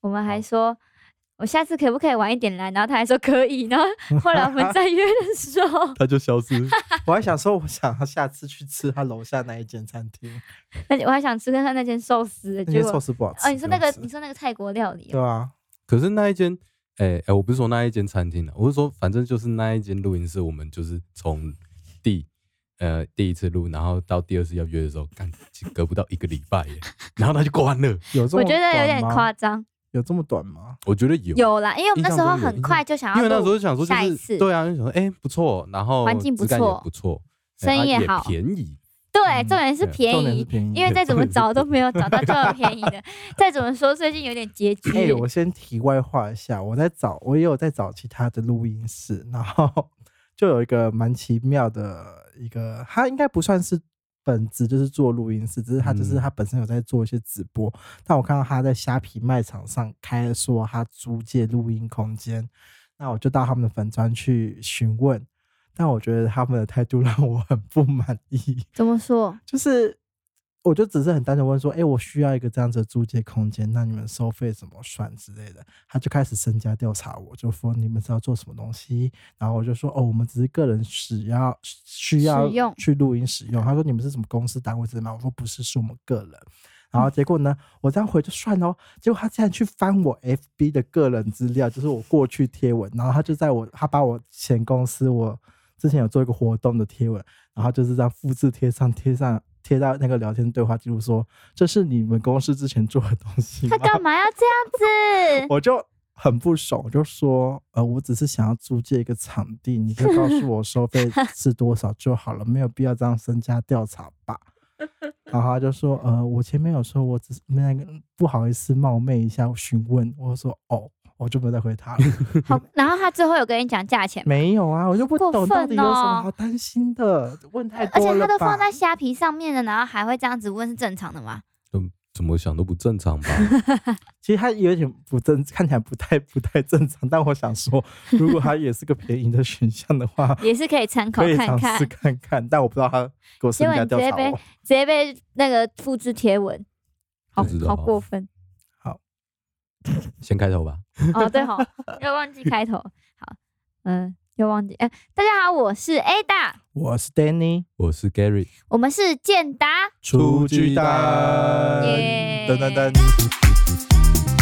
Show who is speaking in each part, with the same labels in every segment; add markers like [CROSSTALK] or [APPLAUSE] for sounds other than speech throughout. Speaker 1: 我们还
Speaker 2: 好
Speaker 1: 说，我下次可不可以晚一点来？然后他还说可以。然后后来我们再约的时候，
Speaker 3: 他就消失。
Speaker 2: 我还想说，我想要下次去吃他楼下那一间餐厅，
Speaker 1: 那我还想吃看看那间寿司，
Speaker 2: 那
Speaker 1: 结
Speaker 2: 间寿
Speaker 1: 果
Speaker 2: 司不好吃。
Speaker 1: 哦，你说那个
Speaker 2: 不用
Speaker 1: 你
Speaker 2: 吃
Speaker 1: 说那个泰国料理哦，
Speaker 2: 对啊，
Speaker 3: [LAUGHS] 可是那一间，哎、哎、我不是说那一间餐厅啊，我是说反正就是那一间录音室，我们就是从第呃第一次录，然后到第二次要约的时候，干隔不到一个礼拜 [LAUGHS] 耶，然后他就关了。
Speaker 2: 有这
Speaker 1: 我
Speaker 2: 么
Speaker 1: 觉得有
Speaker 2: 短
Speaker 1: 点
Speaker 2: 吗
Speaker 1: 夸，张。
Speaker 2: 有这么短吗？
Speaker 3: 我觉得有，
Speaker 1: 有啦，因为我们那
Speaker 3: 印
Speaker 1: 时
Speaker 3: 象
Speaker 1: 候
Speaker 3: 中有
Speaker 1: 很快就想
Speaker 3: 因为那
Speaker 1: 要
Speaker 3: 时候
Speaker 1: 录
Speaker 3: 就想说就
Speaker 1: 下一
Speaker 3: 是
Speaker 1: 次，
Speaker 3: 对啊，就想说哎、不错，然后
Speaker 1: 环境不
Speaker 3: 质感也
Speaker 1: 错
Speaker 3: 不错，
Speaker 1: 生
Speaker 3: 哎
Speaker 1: 意
Speaker 3: 啊
Speaker 1: 也
Speaker 3: 也
Speaker 1: 好
Speaker 3: 便宜，
Speaker 1: 对，
Speaker 2: 嗯
Speaker 1: 重点是
Speaker 3: 对
Speaker 1: 便
Speaker 2: 重点是
Speaker 1: 宜，
Speaker 2: 便宜。
Speaker 1: 因为再怎么
Speaker 3: 重点是
Speaker 1: 找都没有找到这么便宜的。再怎么说，最近有点拮据。
Speaker 2: 哎、我先题外话一下，我在找，我也有在找其他的录音室，然后就有一个蛮奇妙的一个，他应该不算是本职，就是做录音室，只是他就是
Speaker 3: 嗯
Speaker 2: 他本身有在做一些直播，但我看到他在虾皮卖场上开了说他租借录音空间，那我就到他们的粉专去询问，但我觉得他们的态度让我很不满意。
Speaker 1: 怎么说？
Speaker 2: 就是我就只是很单纯问说，哎、我需要一个这样子的租借空间，那你们收费怎么算之类的，他就开始身家调查我，就说你们是要做什么东西，然后我就说，哦，我们只是个人使要需要
Speaker 1: 使用
Speaker 2: 去录音使用，他说你们是什么公司单位之类吗？我说不是，是我们个人。然
Speaker 1: 嗯
Speaker 2: 后结果呢？我这样回就算了哦，结果他竟然去翻我 FB 的个人资料，就是我过去贴文，然后他就在我他把我前公司我之前有做一个活动的贴文，然后就是这样复制贴上，贴上贴到那个聊天对话记录说，这是你们公司之前做的东西吗
Speaker 1: 他？干嘛要这样
Speaker 2: [LAUGHS]
Speaker 1: 子？
Speaker 2: 我就很不爽，我就说，呃，我只是想要租借一个场地，你就告诉
Speaker 1: [LAUGHS]
Speaker 2: 我收费是多少就好了，没有必要这样身家调查
Speaker 1: [LAUGHS]
Speaker 2: 吧。然后他就说，呃，我前面有说，我只是那个不好意思冒昧一下询问，我说哦，我就没有再回
Speaker 1: [LAUGHS]
Speaker 2: 他了。
Speaker 1: 好，然后他最后有跟你讲价钱吗，
Speaker 2: 没有啊，我就不
Speaker 1: 过
Speaker 2: 懂到底
Speaker 1: 分
Speaker 2: 有什
Speaker 1: 哦呃
Speaker 2: 么好担心的，问太
Speaker 1: 而
Speaker 2: 多了吧。
Speaker 1: 且他都放在虾皮上面了，然后还会这样子问，是正常的吗？，
Speaker 3: 嗯，怎么想都不正常吧？
Speaker 2: 其实它有点不正，看起来不太不太正常。但我想说，如果它也是个便宜的选项的话
Speaker 1: 也是可以参考
Speaker 2: [LAUGHS] 可以
Speaker 1: 看
Speaker 2: 尝
Speaker 1: 看
Speaker 2: 试，看看。但我不知道它给我身家调
Speaker 1: 结
Speaker 2: 查
Speaker 1: 果你
Speaker 2: 我。
Speaker 1: 直接被那个复制贴文，好
Speaker 3: 不知道啊
Speaker 1: 好过分
Speaker 3: 先开头吧，
Speaker 1: 哦！对吼，又忘记开头，好，嗯，又忘记，哎、大家好，我是 Ada，
Speaker 2: 我是 Danny，
Speaker 3: 我是 Gary，
Speaker 1: 我们是健达，
Speaker 3: 出鸡蛋
Speaker 1: 耶
Speaker 2: 噔噔噔。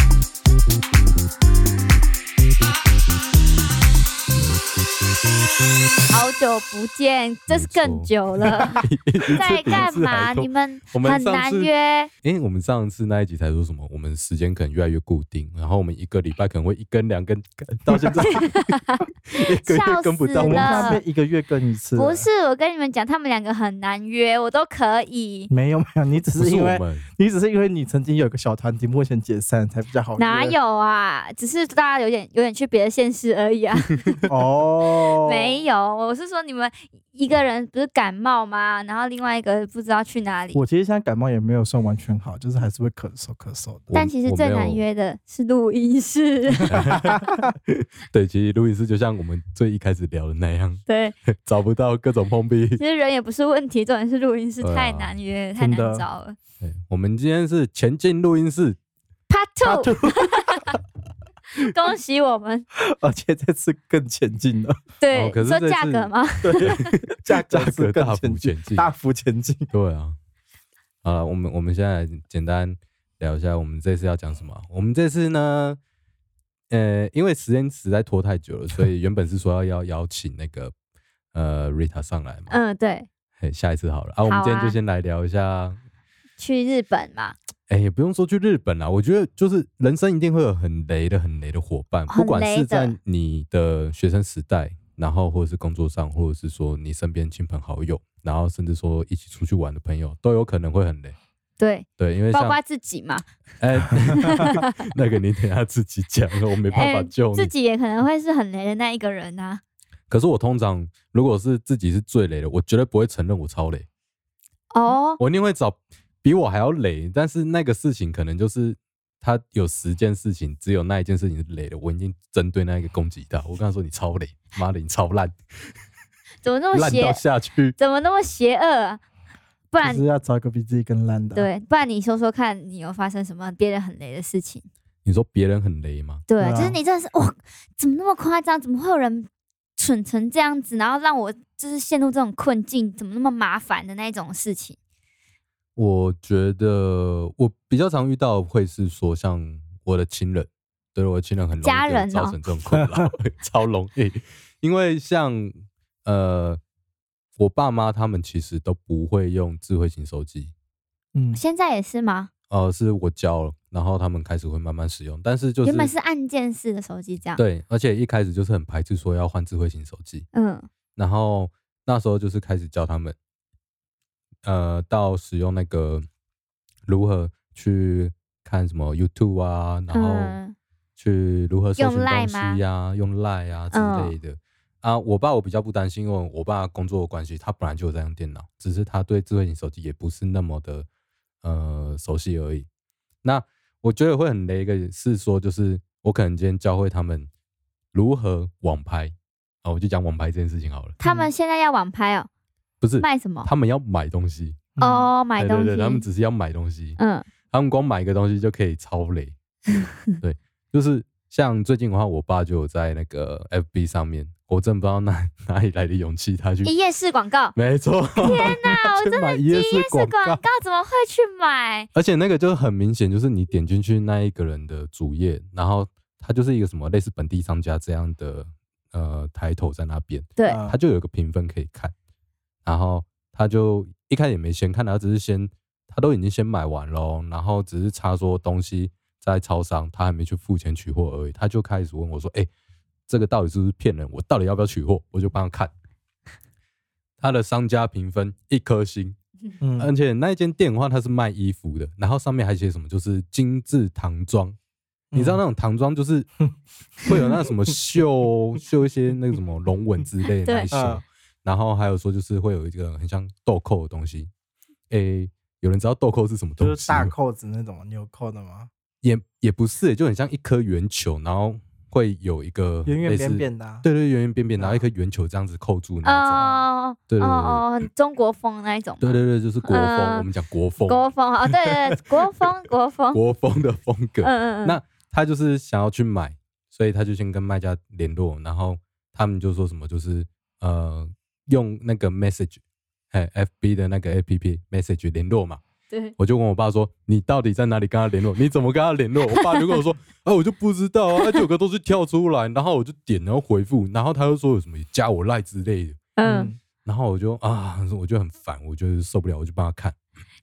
Speaker 1: 好久不见，这是更久
Speaker 3: [LAUGHS]
Speaker 1: 了，在干嘛？你们
Speaker 3: 我们
Speaker 1: 很
Speaker 3: 上
Speaker 1: 难
Speaker 3: 次
Speaker 1: 约，
Speaker 3: 因为我们上次那一集才说什么，我们时间可能越来越固定，然后我们一个礼拜可能会一根
Speaker 2: [LAUGHS]
Speaker 3: 两根，到现在
Speaker 1: [LAUGHS]
Speaker 3: 一个
Speaker 1: 笑
Speaker 3: 月跟不
Speaker 1: 死
Speaker 3: 到
Speaker 2: 我
Speaker 1: 真
Speaker 2: 们
Speaker 1: 的了
Speaker 2: 那边一个月更一次，
Speaker 3: 啊
Speaker 1: 不？是我跟你们讲，他们两个很难约，我都可以，
Speaker 2: 没有没有，你只
Speaker 3: 不
Speaker 2: 是因
Speaker 3: 我
Speaker 2: 为
Speaker 3: 们，
Speaker 2: 你只是因为你曾经有个小团体，目前解散才比较
Speaker 3: 哦
Speaker 2: 好约。
Speaker 1: 哪有啊？只是大家有点有点去别的县市而已啊。
Speaker 2: 哦？
Speaker 1: 没有，我是说你们一个人不是感冒吗？然后另外一个不知道去哪里。
Speaker 2: 我其实现在感冒也没有算完全好，就是还是会咳嗽咳嗽的。
Speaker 3: 我
Speaker 1: 但其实
Speaker 3: 我
Speaker 1: 最
Speaker 3: 没有
Speaker 1: 难约的是录音
Speaker 3: [LAUGHS]
Speaker 1: 室，
Speaker 3: 对，其实录音师就像我们最一开始聊的那样， [LAUGHS]
Speaker 1: 对，
Speaker 3: 找不到各种碰壁。
Speaker 1: 其实人也不是问题，重点是录音室
Speaker 3: 对啊
Speaker 1: 太难约，太
Speaker 2: 真的
Speaker 1: 难找了。
Speaker 3: [LAUGHS] 对，啊哎我们今天是前进录音室，
Speaker 1: Part Two，恭喜我们，
Speaker 2: [LAUGHS] 而且这次更前进了，
Speaker 1: 对，
Speaker 3: 哦可是
Speaker 1: 说
Speaker 3: 这
Speaker 1: 价
Speaker 3: 次
Speaker 1: 格吗？
Speaker 2: [LAUGHS] 价格
Speaker 3: [LAUGHS] 价
Speaker 2: 是
Speaker 3: 格
Speaker 2: 更
Speaker 3: 大幅
Speaker 2: 前进，
Speaker 3: 前进，
Speaker 2: 大幅前进。
Speaker 3: 对啊，好了，我们我们现在简单聊一下我们这次要讲什么啊。我们这次呢，呃，因为时间实在拖太久了，所以原本是说要要邀请那个呃 Rita 上来嘛，
Speaker 1: 嗯，对，
Speaker 3: 嘿，下一次好了啊。我们
Speaker 1: 好
Speaker 3: 今天就
Speaker 1: 啊
Speaker 3: 先来聊一下，
Speaker 1: 去日本嘛，
Speaker 3: 哎、也不用说去日本啦，我觉得就是人生一定会有很雷的、很雷的伙伴，不
Speaker 1: 哦很
Speaker 3: 管
Speaker 1: 雷
Speaker 3: 是在
Speaker 1: 的
Speaker 3: 你的学生时代，然后或者是工作上，或者是说你身边亲朋好友，然后甚至说一起出去玩的朋友，都有可能会很雷。
Speaker 1: 对，
Speaker 3: 对，因为
Speaker 1: 包
Speaker 3: 像
Speaker 1: 括自己嘛， [LAUGHS]
Speaker 3: 哎， [LAUGHS] 那个你等一下自己讲，我没办法
Speaker 1: 哎
Speaker 3: 救你。
Speaker 1: 自己也可能会是很雷的那一个人啊呐、
Speaker 3: 可是我通常如果是自己是最雷的，我绝对不会承认我超雷，
Speaker 1: 哦，
Speaker 3: 我一定会找比我还要雷。但是那个事情可能就是他有十件事情，只有那一件事情是雷的，我已经针对那一个攻击他。我跟他说你超雷，妈的你超烂，
Speaker 1: 怎么那么
Speaker 3: 烂
Speaker 1: 邪
Speaker 3: 到下去。
Speaker 1: 怎么那么邪恶啊？不然
Speaker 2: 就是要找一个比自己更烂的啊。
Speaker 1: 对，不然你说说看，你有发生什么别人很雷的事情？
Speaker 3: 你说别人很雷吗？
Speaker 1: 对，
Speaker 2: 对啊
Speaker 1: 就是你真的是哇，怎么那么夸张？怎么会有人蠢成这样子，然后让我就是陷入这种困境，怎么那么麻烦的那一种事情？
Speaker 3: 我觉得我比较常遇到会是说，像我的亲人，对我的亲人很容易
Speaker 1: 家
Speaker 3: 就
Speaker 1: 人
Speaker 3: 造
Speaker 1: 哦
Speaker 3: 成这种困
Speaker 1: [LAUGHS]
Speaker 3: 扰， [LAUGHS] 超容易。因为像呃，我爸妈他们其实都不会用智慧型手机，
Speaker 2: 嗯，
Speaker 1: 现在也是吗？
Speaker 3: 呃，是我教了，然后他们开始会慢慢使用，但是就是
Speaker 1: 原本是按键式的手机这样。，
Speaker 3: 对，而且一开始就是很排斥说要换智慧型手机，
Speaker 1: 嗯，
Speaker 3: 然后那时候就是开始教他们，呃，到使用那个如何去看什么 YouTube 啊，然后
Speaker 1: 嗯
Speaker 3: 去如何搜
Speaker 1: 用
Speaker 3: 寻东
Speaker 1: Line
Speaker 3: 西
Speaker 1: 吗
Speaker 3: 呀、用 Line 啊之
Speaker 1: 嗯
Speaker 3: 类的。啊，我爸我比较不担心，因为我爸工作的关系，他本来就有在用电脑，只是他对智慧型手机也不是那么的呃熟悉而已。那我觉得会很雷一个是说，就是我可能今天教会他们如何网拍，啊，我就讲网拍这件事情好了。
Speaker 1: 他们现在要网拍哦，
Speaker 3: 嗯不是
Speaker 1: 卖什么？
Speaker 3: 他们要买东西，
Speaker 2: 嗯，
Speaker 1: 哦，买
Speaker 3: 对
Speaker 1: 东
Speaker 3: 对
Speaker 1: 西。
Speaker 3: 对，他们只是要买东西，
Speaker 1: 嗯
Speaker 3: 他们光买一个东西就可以超
Speaker 1: [LAUGHS]
Speaker 3: 累。对，就是像最近的话，我爸就有在那个 FB 上面，我真的不知道哪 [LAUGHS] 哪里来的勇气，他去，
Speaker 1: 一页式广告。
Speaker 3: 没错，天 [LAUGHS]
Speaker 1: 啊，我
Speaker 3: 去
Speaker 1: 真
Speaker 3: 买
Speaker 1: 的
Speaker 3: 一页
Speaker 1: 一
Speaker 3: 式
Speaker 1: 页式
Speaker 3: 广
Speaker 1: 广
Speaker 3: 告
Speaker 1: 告怎么会去买？
Speaker 3: 而且那个就是很明显，就是你点进去那一个人的主页，然后他就是一个什么类似本地商家这样的呃抬头在那边，
Speaker 1: 对，
Speaker 2: 啊
Speaker 3: 他就有一个评分可以看，然后他就一开始也没先看，他只是先他都已经先买完喽，然后只是差说东西在超商，他还没去付钱取货而已，他就开始问我说：“哎、这个到底是不是骗人？我到底要不要取货？”我就帮他看。他的商家评分一颗星，而
Speaker 2: 嗯
Speaker 3: 且那一间店的话，它是卖衣服的，然后上面还写什么，就是精致唐装。
Speaker 1: 嗯
Speaker 3: 你知道那种唐装就是
Speaker 1: [LAUGHS]
Speaker 3: 会有那什么绣绣一些那个什么龙纹之
Speaker 1: [LAUGHS]
Speaker 3: 类的那
Speaker 1: 对
Speaker 3: 些
Speaker 2: 嗯，
Speaker 3: 然后还有说就是会有一个很像豆蔻的东西。诶，有人知道豆蔻是什么东西
Speaker 2: 就
Speaker 3: 吗？
Speaker 2: 是大扣子那种纽扣的吗？
Speaker 3: 也也不是、就很像一颗圆球，然后会有一个
Speaker 2: 圆圆
Speaker 3: 类似
Speaker 2: 扁扁的啊，
Speaker 3: 对对，圆圆扁扁，
Speaker 2: 对啊
Speaker 3: 然后一颗圆球这样子扣住那种。
Speaker 1: 哦
Speaker 3: 对对对
Speaker 1: 哦哦，中国风那一种吗，
Speaker 3: 对对对，就是国风，
Speaker 1: 嗯
Speaker 3: 我们讲国风，
Speaker 1: 国风哦，对对对，国风国风，
Speaker 3: 国风的风格。
Speaker 1: 嗯嗯嗯，
Speaker 3: 那他就是想要去买，所以他就先跟卖家联络，然后他们就说什么就是呃用那个 message，哎，FB 的那个 APP message 联络嘛。
Speaker 1: 对，
Speaker 3: 我就问我爸说，你到底在哪里跟他联络？你怎么跟他联络？我爸就跟我说， [LAUGHS] 啊，我就不知道啊，九个都是跳出来，然后我就点，然后回复，然后他又说有什么加我赖之类的，
Speaker 1: 嗯，，
Speaker 3: 然后我就啊，我就很烦，我就受不了，我就帮他看。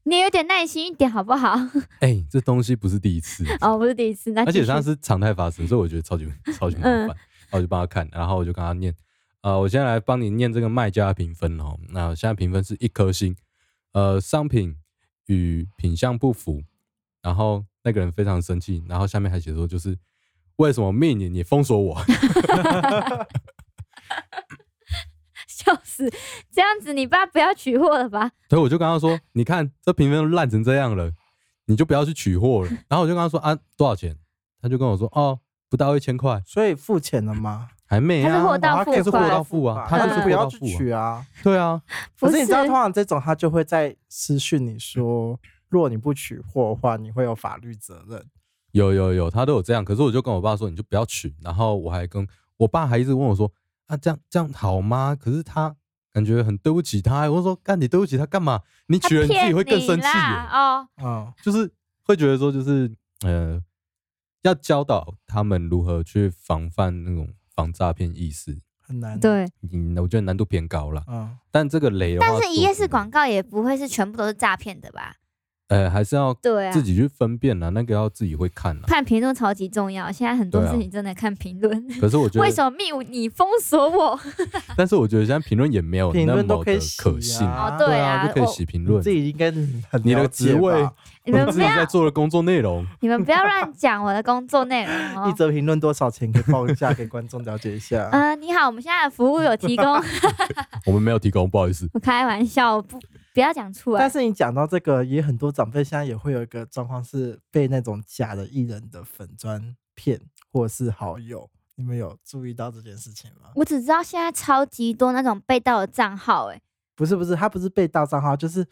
Speaker 1: 你有点耐心一点好不好？ [LAUGHS]
Speaker 3: 哎、这东西不是第一次，
Speaker 1: 哦，不是第一次，那
Speaker 3: 而且
Speaker 1: [LAUGHS] 继续
Speaker 3: 它是常态发生，所以我觉得
Speaker 1: [LAUGHS]
Speaker 3: 超级超级麻
Speaker 1: 嗯
Speaker 3: 烦。然后我就帮他看，然后我就跟他念，呃，我现在来帮你念这个卖家的评分哦。那现在评分是一颗星，呃，商品与品相不符。然后那个人非常生气，然后下面还写说就是为什么命你你封
Speaker 1: [LAUGHS]
Speaker 3: 锁我？
Speaker 1: 笑死，这样子你爸不要取货了吧？
Speaker 3: 所以我就跟他说，你看这评分都烂成这样了，你就不要去取货了。然后我就跟他说啊，多少钱？他就跟我说哦，不到一千块，
Speaker 2: 所以付钱了吗？
Speaker 3: 还没
Speaker 1: 他是
Speaker 3: 啊。
Speaker 1: 货到
Speaker 2: 啊
Speaker 1: 付
Speaker 2: 可以
Speaker 3: 就是货
Speaker 1: 款
Speaker 3: 到付啊，
Speaker 2: 他
Speaker 3: 他
Speaker 2: 就
Speaker 3: 就是是
Speaker 2: 不
Speaker 3: 货
Speaker 2: 要
Speaker 3: 到
Speaker 2: 去
Speaker 3: 付啊。
Speaker 2: 取啊。
Speaker 3: 对啊，
Speaker 1: 不
Speaker 2: 可是啊你知道，
Speaker 1: 是
Speaker 2: 通常这种他就会在私讯你说，若你不取货的话，你会有法律责任。
Speaker 3: 有有有，他都有这样。可是我就跟我爸说，你就不要取。然后我还跟我爸还一直问我说，啊，这样这样好吗？可是他感觉很对不起他。我就说，干你对不起他干嘛？你
Speaker 1: 他
Speaker 3: 取了你自己
Speaker 1: 骗
Speaker 3: 会更生
Speaker 1: 你
Speaker 3: 气耶，
Speaker 1: 啦哦，
Speaker 2: 嗯，
Speaker 3: 就是会觉得说，就是呃，要教导他们如何去防范那种防诈骗意识。
Speaker 2: 很难。，
Speaker 1: 对，
Speaker 3: 嗯，我觉得难度偏高了。
Speaker 2: 嗯，
Speaker 3: 但这个雷的话，
Speaker 1: 哦但是一页式广
Speaker 3: 告，
Speaker 1: 告也不会是全部都是诈骗的吧？
Speaker 3: 呃，还是要
Speaker 1: 对啊
Speaker 3: 自。己去分辨啦，那个要自己会看
Speaker 1: [LAUGHS]
Speaker 3: 啦。
Speaker 1: 看评论超级重要，现在很多
Speaker 3: 对啊
Speaker 1: 事情真的看评
Speaker 3: [LAUGHS]
Speaker 1: 论。
Speaker 3: 可是我觉得，
Speaker 1: 为什么密你封锁我？ [LAUGHS]
Speaker 3: 但是我觉得现在评论也没有
Speaker 2: 评
Speaker 3: 哦那
Speaker 2: 论都
Speaker 3: 么
Speaker 2: 可以
Speaker 3: 的
Speaker 2: 洗
Speaker 3: 可信
Speaker 2: 啊哦
Speaker 1: 哦对
Speaker 3: 啊，
Speaker 1: 啊哦
Speaker 3: 就可以
Speaker 1: 我
Speaker 3: 洗评
Speaker 2: 你
Speaker 3: 论
Speaker 2: 自。己应该很
Speaker 3: 你的
Speaker 2: 了解
Speaker 3: 职位
Speaker 2: 吧
Speaker 1: 你们
Speaker 3: 自
Speaker 1: 不
Speaker 3: [LAUGHS] 己在
Speaker 1: 要，
Speaker 3: 做的工作
Speaker 1: [LAUGHS]
Speaker 3: 内容，
Speaker 1: 你们不要乱讲我的工作内容
Speaker 2: 一
Speaker 3: [LAUGHS]
Speaker 1: 哦。
Speaker 2: 则评论多少钱？可以报一下给观众了解一下。
Speaker 1: 呃，你好，我们现在的服务有提供，
Speaker 3: 我们没有提供，不好意思。
Speaker 1: 我开玩笑，我不不要讲出
Speaker 2: 但
Speaker 1: 来。
Speaker 2: 是你讲到这个，也很多长辈现在也会有一个状况是被那种假的艺人的粉砖骗，或者是好友。你们有注意到这件事情吗？
Speaker 1: 我只知道现在超级多那种被盗的账号、欸，哎，
Speaker 2: 不是不是，他不是被盗账号，就是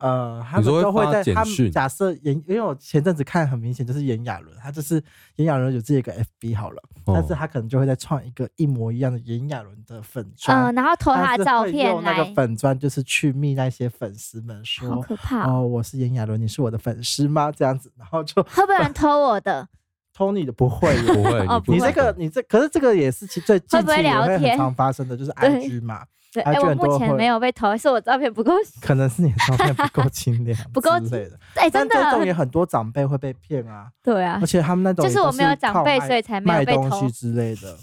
Speaker 2: 呃，他们
Speaker 3: 你说会
Speaker 2: 都会
Speaker 3: 发
Speaker 2: 在
Speaker 3: 简
Speaker 2: 他们
Speaker 3: 讯
Speaker 2: 假设炎，因为我前阵子看很明显就是炎亚纶，他就是炎亚纶有自己一个 FB 好了，但是
Speaker 3: 哦
Speaker 2: 他可能就会再创一个一模一样的炎亚纶的粉
Speaker 1: 嗯、
Speaker 2: 砖，
Speaker 1: 然后投他
Speaker 2: 啊是
Speaker 1: 的照
Speaker 2: 会
Speaker 1: 片
Speaker 2: 用那
Speaker 1: 来
Speaker 2: 个，粉砖就是去密那些粉丝们
Speaker 1: 好
Speaker 2: 说。
Speaker 1: 可怕哦、
Speaker 2: 哦，我是炎亚纶，你是我的粉丝吗？这样子，然后就
Speaker 1: 会不会有人偷我
Speaker 2: [LAUGHS]
Speaker 1: 的？
Speaker 2: Tony 的不会耶，
Speaker 3: [LAUGHS] 不会，
Speaker 1: 哦
Speaker 3: 不
Speaker 1: 不
Speaker 2: 你
Speaker 1: 会
Speaker 2: 这个，你这可是这个也是其最近
Speaker 1: 会不会
Speaker 2: 期也
Speaker 1: 聊
Speaker 2: 会很
Speaker 1: 天
Speaker 2: 常发生的，就是
Speaker 1: 对
Speaker 2: IG 嘛，
Speaker 1: 对，
Speaker 2: 他
Speaker 1: 哎、
Speaker 2: 啊居
Speaker 1: 我
Speaker 2: 然都
Speaker 1: 目前
Speaker 2: 会
Speaker 1: 没有被投，是我照片不够。
Speaker 2: 可能是你的照片不
Speaker 1: [LAUGHS]
Speaker 2: 够清凉
Speaker 1: 不够
Speaker 2: 之类的，
Speaker 1: 哎、真
Speaker 2: 但这种
Speaker 1: 的，
Speaker 2: 也很多长辈会被骗啊，
Speaker 1: [LAUGHS] 对啊
Speaker 2: 而，且他们那种
Speaker 1: 就是我没有长辈，所
Speaker 2: 以
Speaker 1: 以才没
Speaker 2: 卖
Speaker 1: 有被
Speaker 2: 东
Speaker 1: 投
Speaker 2: 西。之类的。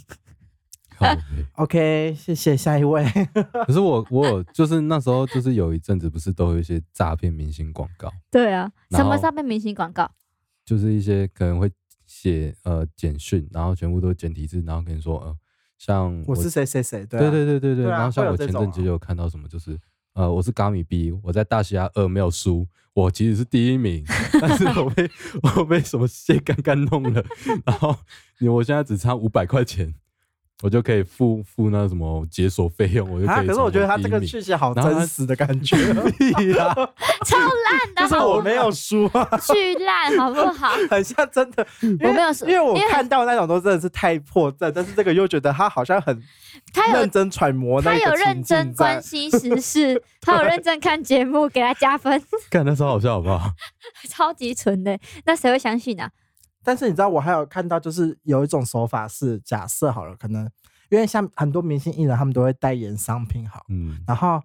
Speaker 3: 靠北
Speaker 2: OK，谢谢下一位。
Speaker 3: 可是我我有就是那时候就是有一阵子不是都有一些诈骗明星广告，
Speaker 1: 对啊，
Speaker 3: 然
Speaker 1: 什么
Speaker 3: 后
Speaker 1: 时候被明星广
Speaker 2: [LAUGHS]
Speaker 1: 告？
Speaker 3: 就是一些可能会写呃简讯，然后全部都简体字，然后跟你说呃像
Speaker 2: 我是谁谁谁？对
Speaker 3: 对
Speaker 2: 啊
Speaker 3: 对对对
Speaker 2: 对
Speaker 3: 对，
Speaker 2: 啊
Speaker 3: 然后像
Speaker 2: 会有
Speaker 3: 我
Speaker 2: 这
Speaker 3: 前
Speaker 2: 种
Speaker 3: 阵子
Speaker 2: 啊
Speaker 3: 就有看到什么，就是呃，我是咖米 B，我在大西亚二没有输，我其实是第
Speaker 2: [LAUGHS]
Speaker 3: 一名，但是我被我被什么蟹干干弄了，然后你我现在只差五百块钱，我就可以付付那什么解锁费用，我就
Speaker 2: 啊，
Speaker 3: 可以。
Speaker 2: 可是我觉得他这个剧情好
Speaker 3: 然后他
Speaker 2: 真实的感觉，
Speaker 3: 呀，
Speaker 1: 超烂的，[LAUGHS]
Speaker 2: [LAUGHS]
Speaker 3: [LAUGHS]
Speaker 2: 就是
Speaker 1: 好
Speaker 2: 我
Speaker 1: 吗
Speaker 2: 没有输啊，
Speaker 1: 巨烂，好不
Speaker 2: [LAUGHS]
Speaker 1: 好？
Speaker 2: 很像真的，
Speaker 1: 嗯我没有说
Speaker 2: 因为我
Speaker 1: 因为
Speaker 2: 看到那种都真的是太破绽，但是这个又觉得他好像很
Speaker 1: 他有
Speaker 2: 认真揣摩那
Speaker 1: 他
Speaker 2: 个
Speaker 1: 有认
Speaker 2: 情
Speaker 1: 真
Speaker 2: 境
Speaker 1: 关
Speaker 2: 在，
Speaker 1: 心时
Speaker 2: [LAUGHS]
Speaker 1: 事，他有认真看节目，给他加分， [LAUGHS]
Speaker 3: 干那超好笑好不好？ [LAUGHS]
Speaker 1: 超级纯的。那谁会相信啊？
Speaker 2: 但是你知道，我还有看到，就是有一种手法是假设好了，可能因为像很多明星艺人，他们都会代言商品好，
Speaker 3: 嗯，
Speaker 2: 然后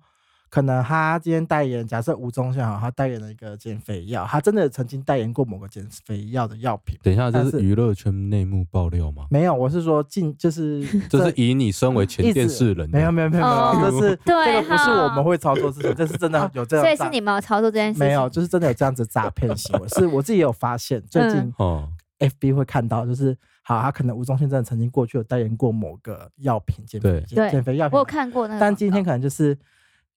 Speaker 2: 可能他今天代言，假设吴宗宪好，他代言了一个减肥药，他真的曾经代言过某个减肥药的药品。
Speaker 3: 等一下，这
Speaker 2: 但
Speaker 3: 是
Speaker 2: 是
Speaker 3: 娱乐圈内幕爆料吗？
Speaker 2: 没有，我是说进就是
Speaker 3: 就
Speaker 2: 这
Speaker 3: 是以你身为前
Speaker 2: 意思
Speaker 3: 电视人的，
Speaker 2: 没有没有没有
Speaker 1: 哦
Speaker 2: 没有，就是这
Speaker 1: 对
Speaker 2: 个不是
Speaker 1: 哈
Speaker 2: 我们会操作的事情，这是真的
Speaker 1: [LAUGHS]
Speaker 2: 有这种
Speaker 1: 所以
Speaker 2: 诈
Speaker 1: 是你们有操作这件事情？
Speaker 2: 没有，就是真的有这样子诈骗行
Speaker 1: [LAUGHS]
Speaker 2: 为，是我自己有发现，最近
Speaker 1: 嗯
Speaker 3: 哦，
Speaker 2: FB 会看到，就是好，他可能吴宗宪真的曾经过去有代言过某个药品减
Speaker 3: 对
Speaker 2: 肥
Speaker 1: 对
Speaker 2: 减减肥药
Speaker 1: 我有
Speaker 2: 品，
Speaker 1: 看过那个广告，
Speaker 2: 但今天可能就是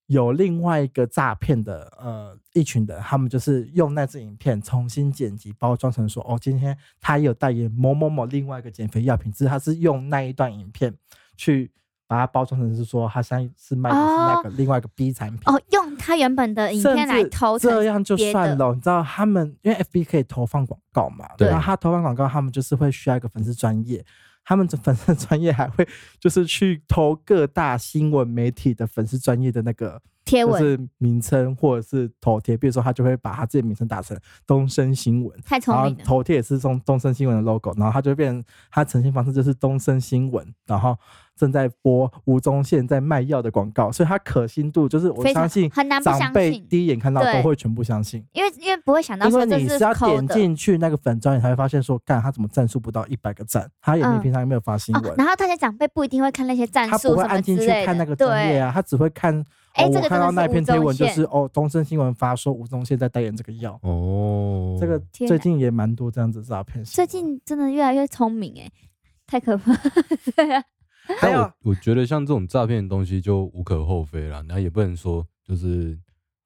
Speaker 2: 有另外一个诈骗的呃一群人，他们就是用那支影片重新剪辑包装成说，哦，今天他也有代言某某某另外一个减肥药品，只是他是用那一段影片去把它包装成是说他现在是卖的是那个另外一个 B 产品。
Speaker 1: 哦，用他原本的影
Speaker 2: 甚
Speaker 1: 片来
Speaker 2: 至
Speaker 1: 投成
Speaker 2: 这样就
Speaker 1: 别
Speaker 2: 算
Speaker 1: 的
Speaker 2: 了。你知道他们因为 FB 可以投放广告嘛，
Speaker 3: 对
Speaker 2: 然后他投放广告，他们就是会需要一个粉丝专业。他们的粉丝专业还会就是去投各大新闻媒体的粉丝专业的那个
Speaker 1: 贴
Speaker 2: 就
Speaker 1: 文，
Speaker 2: 是名称或者是头贴，比如说他就会把他自己的名称打成东升新闻，
Speaker 1: 太
Speaker 2: 然
Speaker 1: 聪
Speaker 2: 后
Speaker 1: 明了。
Speaker 2: 头贴也是用东森新闻的 logo，然后它就会变成它呈现方式就是东森新闻，然后正在播吴宗宪在卖药的广告，所以它可信度就是我
Speaker 1: 非常
Speaker 2: 相信
Speaker 1: 很难不
Speaker 2: 长
Speaker 1: 相
Speaker 2: 辈
Speaker 1: 信
Speaker 2: 第一眼看到
Speaker 1: 对
Speaker 2: 都会全部相信，
Speaker 1: 因为因为不会想到
Speaker 2: 因
Speaker 1: 说
Speaker 2: 为
Speaker 1: 这
Speaker 2: 你
Speaker 1: 是
Speaker 2: 要
Speaker 1: 抠
Speaker 2: 点
Speaker 1: 的
Speaker 2: 进去那个粉砖，你才会发现说，干他怎么赞数不到一百个赞，他也没
Speaker 1: 嗯
Speaker 2: 平常也没有发新
Speaker 1: 哦，
Speaker 2: 闻。
Speaker 1: 然后大家长辈不一定会看那些战
Speaker 2: 他
Speaker 1: 术
Speaker 2: 不会
Speaker 1: 什么
Speaker 2: 按
Speaker 1: 之
Speaker 2: 进去
Speaker 1: 类的，
Speaker 2: 看那个专业
Speaker 1: 对，
Speaker 2: 啊，他只会看
Speaker 1: 哎
Speaker 2: 哦，
Speaker 1: 这
Speaker 2: 我
Speaker 1: 个
Speaker 2: 看
Speaker 1: 真的
Speaker 2: 到
Speaker 1: 是
Speaker 2: 那
Speaker 1: 吴
Speaker 2: 篇贴
Speaker 1: 宗
Speaker 2: 文就
Speaker 1: 宪
Speaker 2: 是哦，东森新闻发说吴宗宪在代言这个药，
Speaker 3: 哦，
Speaker 2: 这个
Speaker 1: 天
Speaker 2: 最
Speaker 1: 哪
Speaker 2: 近也蛮多这样子的诈骗行
Speaker 1: 最
Speaker 2: 为。
Speaker 1: 近真的越来越聪明哎，太可怕。啊
Speaker 2: 还
Speaker 3: 但
Speaker 2: 有
Speaker 3: 我我觉得像这种诈骗的东西就无可厚非啦，那也不能说就是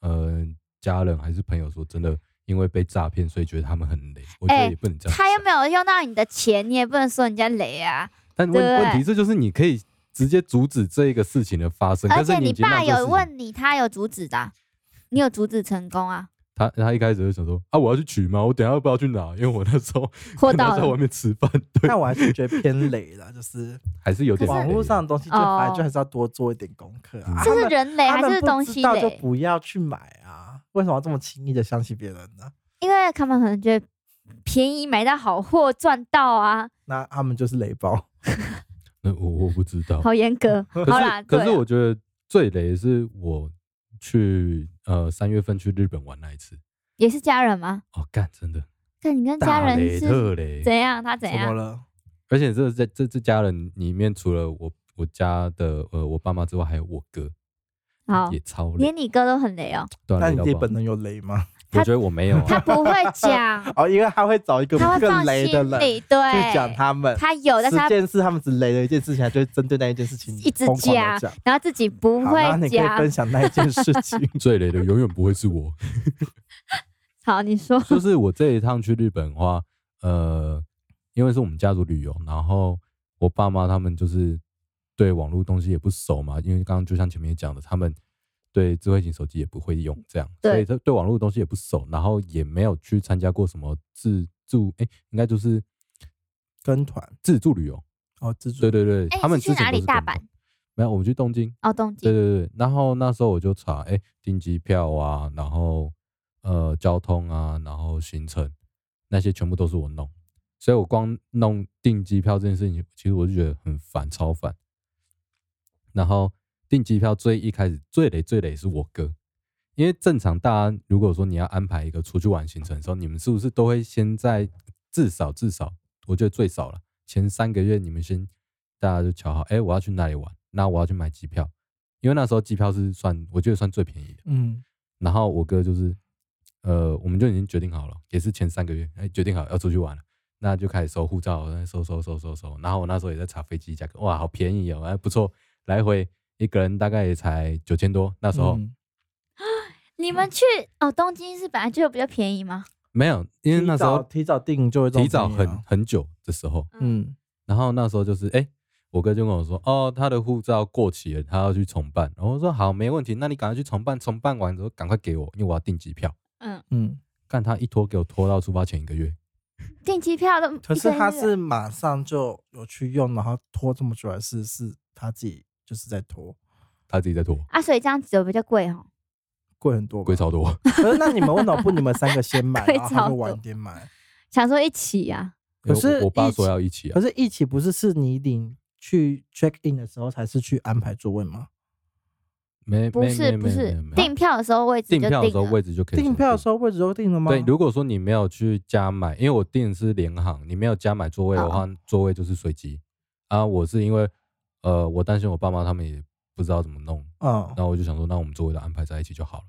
Speaker 3: 呃家人还是朋友说真的因为被诈骗，所以觉得他们很累，我觉
Speaker 1: 哎
Speaker 3: 得也不能这样讲。
Speaker 1: 他又没有用到你的钱，你也不能说人家雷啊。
Speaker 3: 但
Speaker 1: 对
Speaker 3: 问问题这就是你可以直接阻止这一个事情的发生，
Speaker 1: 而
Speaker 3: 但是
Speaker 1: 且
Speaker 3: 已
Speaker 1: 你
Speaker 3: 经
Speaker 1: 爸
Speaker 3: 让这个事
Speaker 1: 有
Speaker 3: 情
Speaker 1: 问你，他有阻止的啊，你有阻止成功
Speaker 3: [LAUGHS]
Speaker 1: 啊，
Speaker 3: 他，他一开始就想说啊我要去取吗？我等一下不知道去哪，因为我那时
Speaker 1: [LAUGHS]
Speaker 3: 候
Speaker 1: 获
Speaker 3: [LAUGHS] 那
Speaker 1: 到
Speaker 3: 时候在
Speaker 1: 了
Speaker 3: 外。面吃饭，
Speaker 2: [LAUGHS]
Speaker 3: 对，
Speaker 2: 但我还是觉得偏累了，就是
Speaker 3: 还是有点
Speaker 2: 网
Speaker 3: 累
Speaker 2: 络
Speaker 3: 啊
Speaker 2: 上的东西，就
Speaker 1: 哦
Speaker 2: 反正就还是要多做一点功课
Speaker 3: 嗯
Speaker 2: 啊。
Speaker 1: 这
Speaker 2: 他
Speaker 1: 是
Speaker 2: 们
Speaker 1: 人雷
Speaker 2: 他
Speaker 1: 还
Speaker 2: 们
Speaker 1: 是
Speaker 2: 不
Speaker 1: 东
Speaker 2: 知
Speaker 1: 西
Speaker 2: 道就
Speaker 1: 雷？
Speaker 2: 不要去买啊！为什么要这么轻易的相信别人呢？
Speaker 1: 因为他们可能觉得便宜买到好货赚到啊，
Speaker 2: 那他们就是雷包。
Speaker 3: 那我我不知道，
Speaker 1: 好严
Speaker 2: 哦
Speaker 1: 格。
Speaker 3: 可
Speaker 1: 好啦，
Speaker 3: 是可是
Speaker 1: 对啊
Speaker 3: 我觉得最雷的是我去呃三月份去日本玩那一次，
Speaker 1: 也是家人吗？
Speaker 3: 哦干真的
Speaker 1: 看你跟家
Speaker 3: 大
Speaker 1: 人
Speaker 3: 雷
Speaker 1: 是
Speaker 3: 特雷，
Speaker 1: 怎样，他怎
Speaker 2: 怎么
Speaker 1: 样？
Speaker 2: 了？
Speaker 3: 而且这这这这家人里面除了我我家的呃我爸妈之外，还有我哥，
Speaker 1: 好
Speaker 3: 也，超雷，
Speaker 1: 连你哥都很雷
Speaker 2: [LAUGHS]
Speaker 1: 哦，
Speaker 3: 对啊，
Speaker 2: 那
Speaker 3: 雷
Speaker 2: 你
Speaker 3: 到
Speaker 2: 自己
Speaker 3: 爆
Speaker 2: 本人有雷吗？
Speaker 3: 我觉得我没有
Speaker 1: 他
Speaker 3: 啊，
Speaker 1: 不会讲，
Speaker 2: [LAUGHS] 哦，因为他会找一个
Speaker 1: 他会
Speaker 2: 更
Speaker 1: 放
Speaker 2: 雷的
Speaker 1: 心
Speaker 2: 人
Speaker 1: 里，
Speaker 2: 去
Speaker 1: 对，
Speaker 2: 讲他们。
Speaker 1: 他有，但是
Speaker 2: 十
Speaker 1: 他
Speaker 2: 件事他们只雷了一件事情，他就会针对那一件事情
Speaker 1: 一直
Speaker 2: 疯狂地
Speaker 1: 加
Speaker 2: 讲。
Speaker 1: 然后自己不
Speaker 2: 好，然后你
Speaker 1: 会
Speaker 2: 可以
Speaker 1: 讲。
Speaker 2: 分享那一件事情。
Speaker 3: 最雷的永远不会是我，
Speaker 1: 好，你 [LAUGHS] 说，
Speaker 3: 就是我这一趟去日本的话，呃，因为是我们家族旅游，然后我爸妈他们就是对网络东西也不熟嘛，因为刚刚就像前面讲的，他们对智慧型手机也不会用，这样，
Speaker 1: 对
Speaker 3: 所以他对网络的东西也不熟，然后也没有去参加过什么自助，哎、应该就是
Speaker 2: 跟团
Speaker 3: 自助旅游。
Speaker 2: 哦，自助
Speaker 3: 对对对，
Speaker 1: 哎
Speaker 3: 他们
Speaker 1: 是去
Speaker 3: 之前
Speaker 1: 哪
Speaker 3: 都
Speaker 1: 里
Speaker 3: 是
Speaker 1: 大
Speaker 3: 跟团
Speaker 1: 阪？
Speaker 3: 没有，我们去东京。
Speaker 1: 哦，东京，
Speaker 3: 对对对，然后那时候我就查，哎、订机票啊，然后呃交通啊，然后行程那些全部都是我弄，所以我光弄订机票这件事情，其实我就觉得很烦，超烦。然后订机票最一开始最累最累是我哥，因为正常大家如果说你要安排一个出去玩行程的时候，你们是不是都会先在至少至少，我觉得最少了前三个月，你们先大家就瞧好，哎、我要去哪里玩，那我要去买机票，因为那时候机票是算我觉得算最便宜的。
Speaker 2: 嗯，
Speaker 3: 然后我哥就是，呃，我们就已经决定好了，也是前三个月，哎，决定好要出去玩了，那就开始收护照，哎收收收收收。然后我那时候也在查飞机价格，哇，好便宜哦，哎，不错，来回一个人大概也才九千多。那时候、
Speaker 2: 嗯
Speaker 1: 你们去哦，东京是本来就比较便宜吗？
Speaker 3: 没有，因为那时候
Speaker 2: 提早提早订就会这种
Speaker 3: 提早
Speaker 2: 便宜
Speaker 3: 很
Speaker 2: 啊
Speaker 3: 很久的时候，
Speaker 2: 嗯
Speaker 3: 然后那时候就是，哎、我哥就跟我说，哦，他的护照过期了，他要去重办。然后我说好，没问题，那你赶快去重办，重办完之后赶快给我，因为我要订机票。
Speaker 1: 嗯，
Speaker 2: 嗯，
Speaker 3: 干他一拖给我拖到出发前一个月，
Speaker 1: 订机票都
Speaker 2: 可
Speaker 1: 一
Speaker 2: 是
Speaker 1: 个
Speaker 2: 他
Speaker 1: 月
Speaker 2: 是马上就有去用，然后拖这么久，还是是他自己就是在拖，
Speaker 3: 他自己在拖，
Speaker 1: 啊，所以这样子有比较贵哦。
Speaker 2: 贵很多吧。
Speaker 3: 贵超多。
Speaker 2: 可是那你们为什么不你们三个先
Speaker 1: [LAUGHS]
Speaker 2: 买，
Speaker 1: 贵
Speaker 2: 然后他
Speaker 1: 超
Speaker 2: 们
Speaker 1: 多
Speaker 2: 晚点
Speaker 3: [LAUGHS]
Speaker 2: 买？
Speaker 1: 想说一起啊呀、
Speaker 2: 可
Speaker 3: 因为
Speaker 2: 是
Speaker 3: 我我爸
Speaker 2: 一
Speaker 3: 说
Speaker 2: 起
Speaker 3: 要一起啊
Speaker 2: 可，是一起不是是你领去 check in 的时候才是去安排座位吗？
Speaker 3: 没
Speaker 1: 不
Speaker 3: 没没
Speaker 1: 是不
Speaker 3: 没
Speaker 1: 是
Speaker 3: 没没，
Speaker 1: 订票的时候位置
Speaker 3: 订
Speaker 1: 就
Speaker 3: 票的时候
Speaker 1: 了
Speaker 3: 位置就可以
Speaker 2: 订
Speaker 3: 先
Speaker 2: 票的时候位置都定了吗？
Speaker 3: 对，如果说你没有去加买，因为我订的是联航，你没有加买座位的话，
Speaker 1: 哦
Speaker 3: 座位就是随机啊。我是因为呃，我担心我爸妈他们也不知道怎么弄，
Speaker 2: 嗯
Speaker 3: 那我就想说，那我们座位的安排在一起就好了。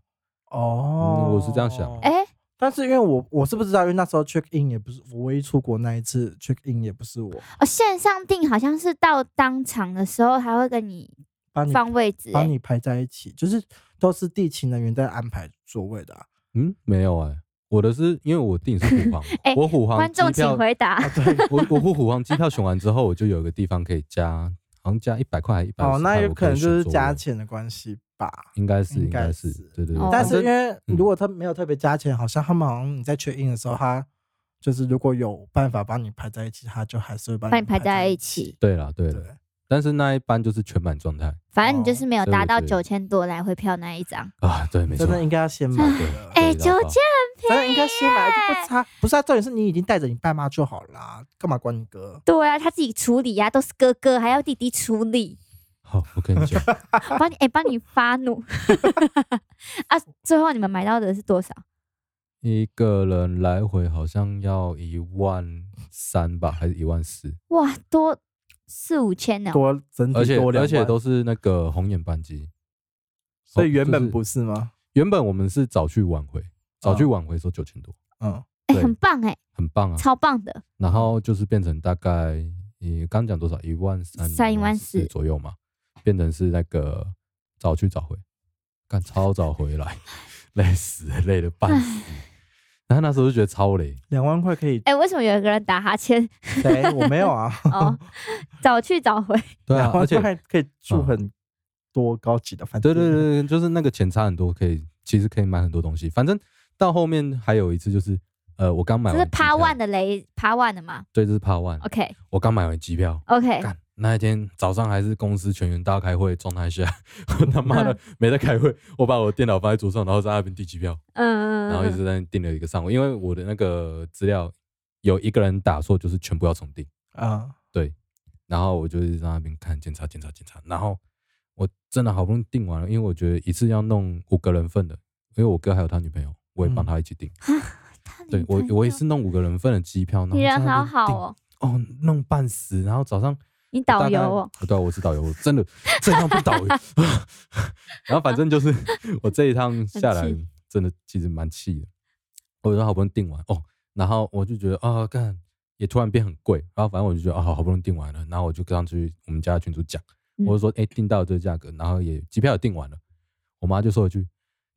Speaker 2: 哦、
Speaker 3: 嗯我是这样想
Speaker 1: 哎、
Speaker 2: 但是因为我我是不知道，因为那时候 check in 也不是我唯一出国那一次 check in 也不是我
Speaker 1: 哦，线上订好像是到当场的时候还会跟你
Speaker 2: 帮你
Speaker 1: 放位置、
Speaker 2: 帮
Speaker 1: 欸，
Speaker 2: 你排在一起，就是都是地勤人员在安排座位的、啊。
Speaker 3: 嗯，没有哎、我的是因为我订的是虎航，
Speaker 1: [LAUGHS] 哎
Speaker 3: 我虎航
Speaker 1: 观众
Speaker 3: 机票哦
Speaker 1: 请回答。
Speaker 2: 啊对
Speaker 3: 我我不虎航机票选完之后，我就有一个地方可以加，好像加一百块还一百。
Speaker 2: 哦，那有
Speaker 3: 有
Speaker 2: 可能就是加，钱的关系吧。
Speaker 3: 应该是
Speaker 2: 应
Speaker 3: 应
Speaker 2: 该
Speaker 3: 该是
Speaker 2: 是，
Speaker 3: 对对
Speaker 1: 哦
Speaker 3: 对。
Speaker 2: 但
Speaker 3: 反
Speaker 2: 是因
Speaker 3: 正
Speaker 2: 为
Speaker 3: 嗯
Speaker 2: 如果他没有特别加钱，好像他们好像你在 check in 的时候，他就是如果有办法帮你排在一起，他就还是会帮
Speaker 1: 帮
Speaker 2: 你
Speaker 1: 你排在
Speaker 2: 一
Speaker 1: 一起。
Speaker 3: 对啦对
Speaker 2: 对
Speaker 3: 啦，，但是那一班就是全满状态
Speaker 1: 反正你就是
Speaker 2: 哦
Speaker 1: 没有
Speaker 3: 对
Speaker 1: 达
Speaker 3: 对
Speaker 1: 到
Speaker 3: 对
Speaker 1: 九千多来回票那一张。
Speaker 3: 啊，对，没错
Speaker 2: 真，的应该要先买的，
Speaker 1: 哎、
Speaker 3: 对
Speaker 1: 九
Speaker 3: 到爆
Speaker 1: 千，
Speaker 2: 真的应该先买，这不差。不是啊，重点是你已经带着你爸妈就好啦，干嘛管你哥？
Speaker 1: 对啊，他自己处理呀、都是哥哥，还要弟弟处
Speaker 3: [LAUGHS]
Speaker 1: 理，
Speaker 3: 好，我跟你讲，
Speaker 1: 帮你哎，帮、你发
Speaker 3: [LAUGHS]
Speaker 1: 怒啊！最后你们买到的是多少？
Speaker 3: 一个人来回好像要一万三吧，还是一万四？
Speaker 1: 哇，多四五千呢、
Speaker 2: 多整
Speaker 3: 而
Speaker 2: 体
Speaker 3: 且
Speaker 2: 嗯多两
Speaker 3: 而
Speaker 2: 万
Speaker 3: 且都是那个红眼班机，哦
Speaker 2: 所以原
Speaker 3: 就
Speaker 2: 本
Speaker 3: 是
Speaker 2: 不是吗？
Speaker 3: 原本我们是早去晚回，早去
Speaker 2: 嗯
Speaker 3: 晚回说九千多，
Speaker 2: 嗯，
Speaker 1: 哎、
Speaker 3: 对
Speaker 1: 很棒哎、
Speaker 3: 很棒啊。
Speaker 1: 超棒的。
Speaker 3: 然后就是变成大概你刚讲多少一万三
Speaker 1: 三
Speaker 3: 一
Speaker 1: 一万
Speaker 3: 四
Speaker 1: 四。
Speaker 3: 左右嘛，变成是那个早去早回，干超早回来， [LAUGHS] 累死了累了半死。然后那时候就觉得超累，
Speaker 2: 两万块可以
Speaker 1: 哎、为什么有一个人打哈
Speaker 3: [LAUGHS]
Speaker 1: 欠？
Speaker 2: 谁？我没有啊。
Speaker 1: 哦，早去早回。
Speaker 3: 对啊
Speaker 2: 两，
Speaker 3: 而
Speaker 2: 万
Speaker 3: 且
Speaker 2: 块可以住
Speaker 3: 嗯
Speaker 2: 很多高级的饭店。
Speaker 3: 对对对，对，就是那个钱差很多，可以其实可以买很多东西。反正到后面还有一次就是，呃，我刚买
Speaker 1: 这
Speaker 3: 完
Speaker 1: 是哦
Speaker 3: 机
Speaker 1: 趴
Speaker 3: 票
Speaker 1: 万，的雷，趴万的嘛。
Speaker 3: 对，这是趴万。
Speaker 1: OK
Speaker 3: 我刚买完机票，
Speaker 1: OK，
Speaker 3: 嗯干那一天早上还是公司全员大家开会状态下，我他妈
Speaker 1: 嗯
Speaker 3: 的没在开会，我把我电脑放在桌上，然后在那边订机票，
Speaker 1: 嗯，
Speaker 3: 然后一直在那订了一个上午，因为我的那个资料有一个人打错，就是全部要重订，
Speaker 2: 啊，
Speaker 3: 然后我就是在那边看检查检查检查，然后我真的好不容易订完了，因为我觉得一次要弄五个人份的，因为我哥还有他女朋友，我也帮
Speaker 2: 嗯
Speaker 3: 他一起订，
Speaker 1: 他女
Speaker 3: 对我
Speaker 1: 朋
Speaker 3: 我也
Speaker 1: 友
Speaker 3: 是弄五个人份的机票，然后
Speaker 1: 你人
Speaker 3: 在那
Speaker 1: 好好
Speaker 3: 边订
Speaker 1: 哦，
Speaker 3: 哦，弄半死，然后早上
Speaker 1: 你
Speaker 3: 我
Speaker 1: 导
Speaker 3: 大
Speaker 1: 游
Speaker 3: 概
Speaker 1: 哦，，
Speaker 3: 对啊，我是导游，我真的这一趟不导游。 [LAUGHS] 然后反正就是 [LAUGHS] 我这一趟下来
Speaker 1: 很，
Speaker 3: 真的其实蛮气的。我说好不容易订完哦，然后我就觉得啊，干也突然变很贵。然后反正我就觉得啊，好不容易订完了，然后我就跟上去我们家的群主讲，
Speaker 1: 嗯
Speaker 3: 我就说哎，订到了这个价格，然后也机票也订完了。我妈就说一句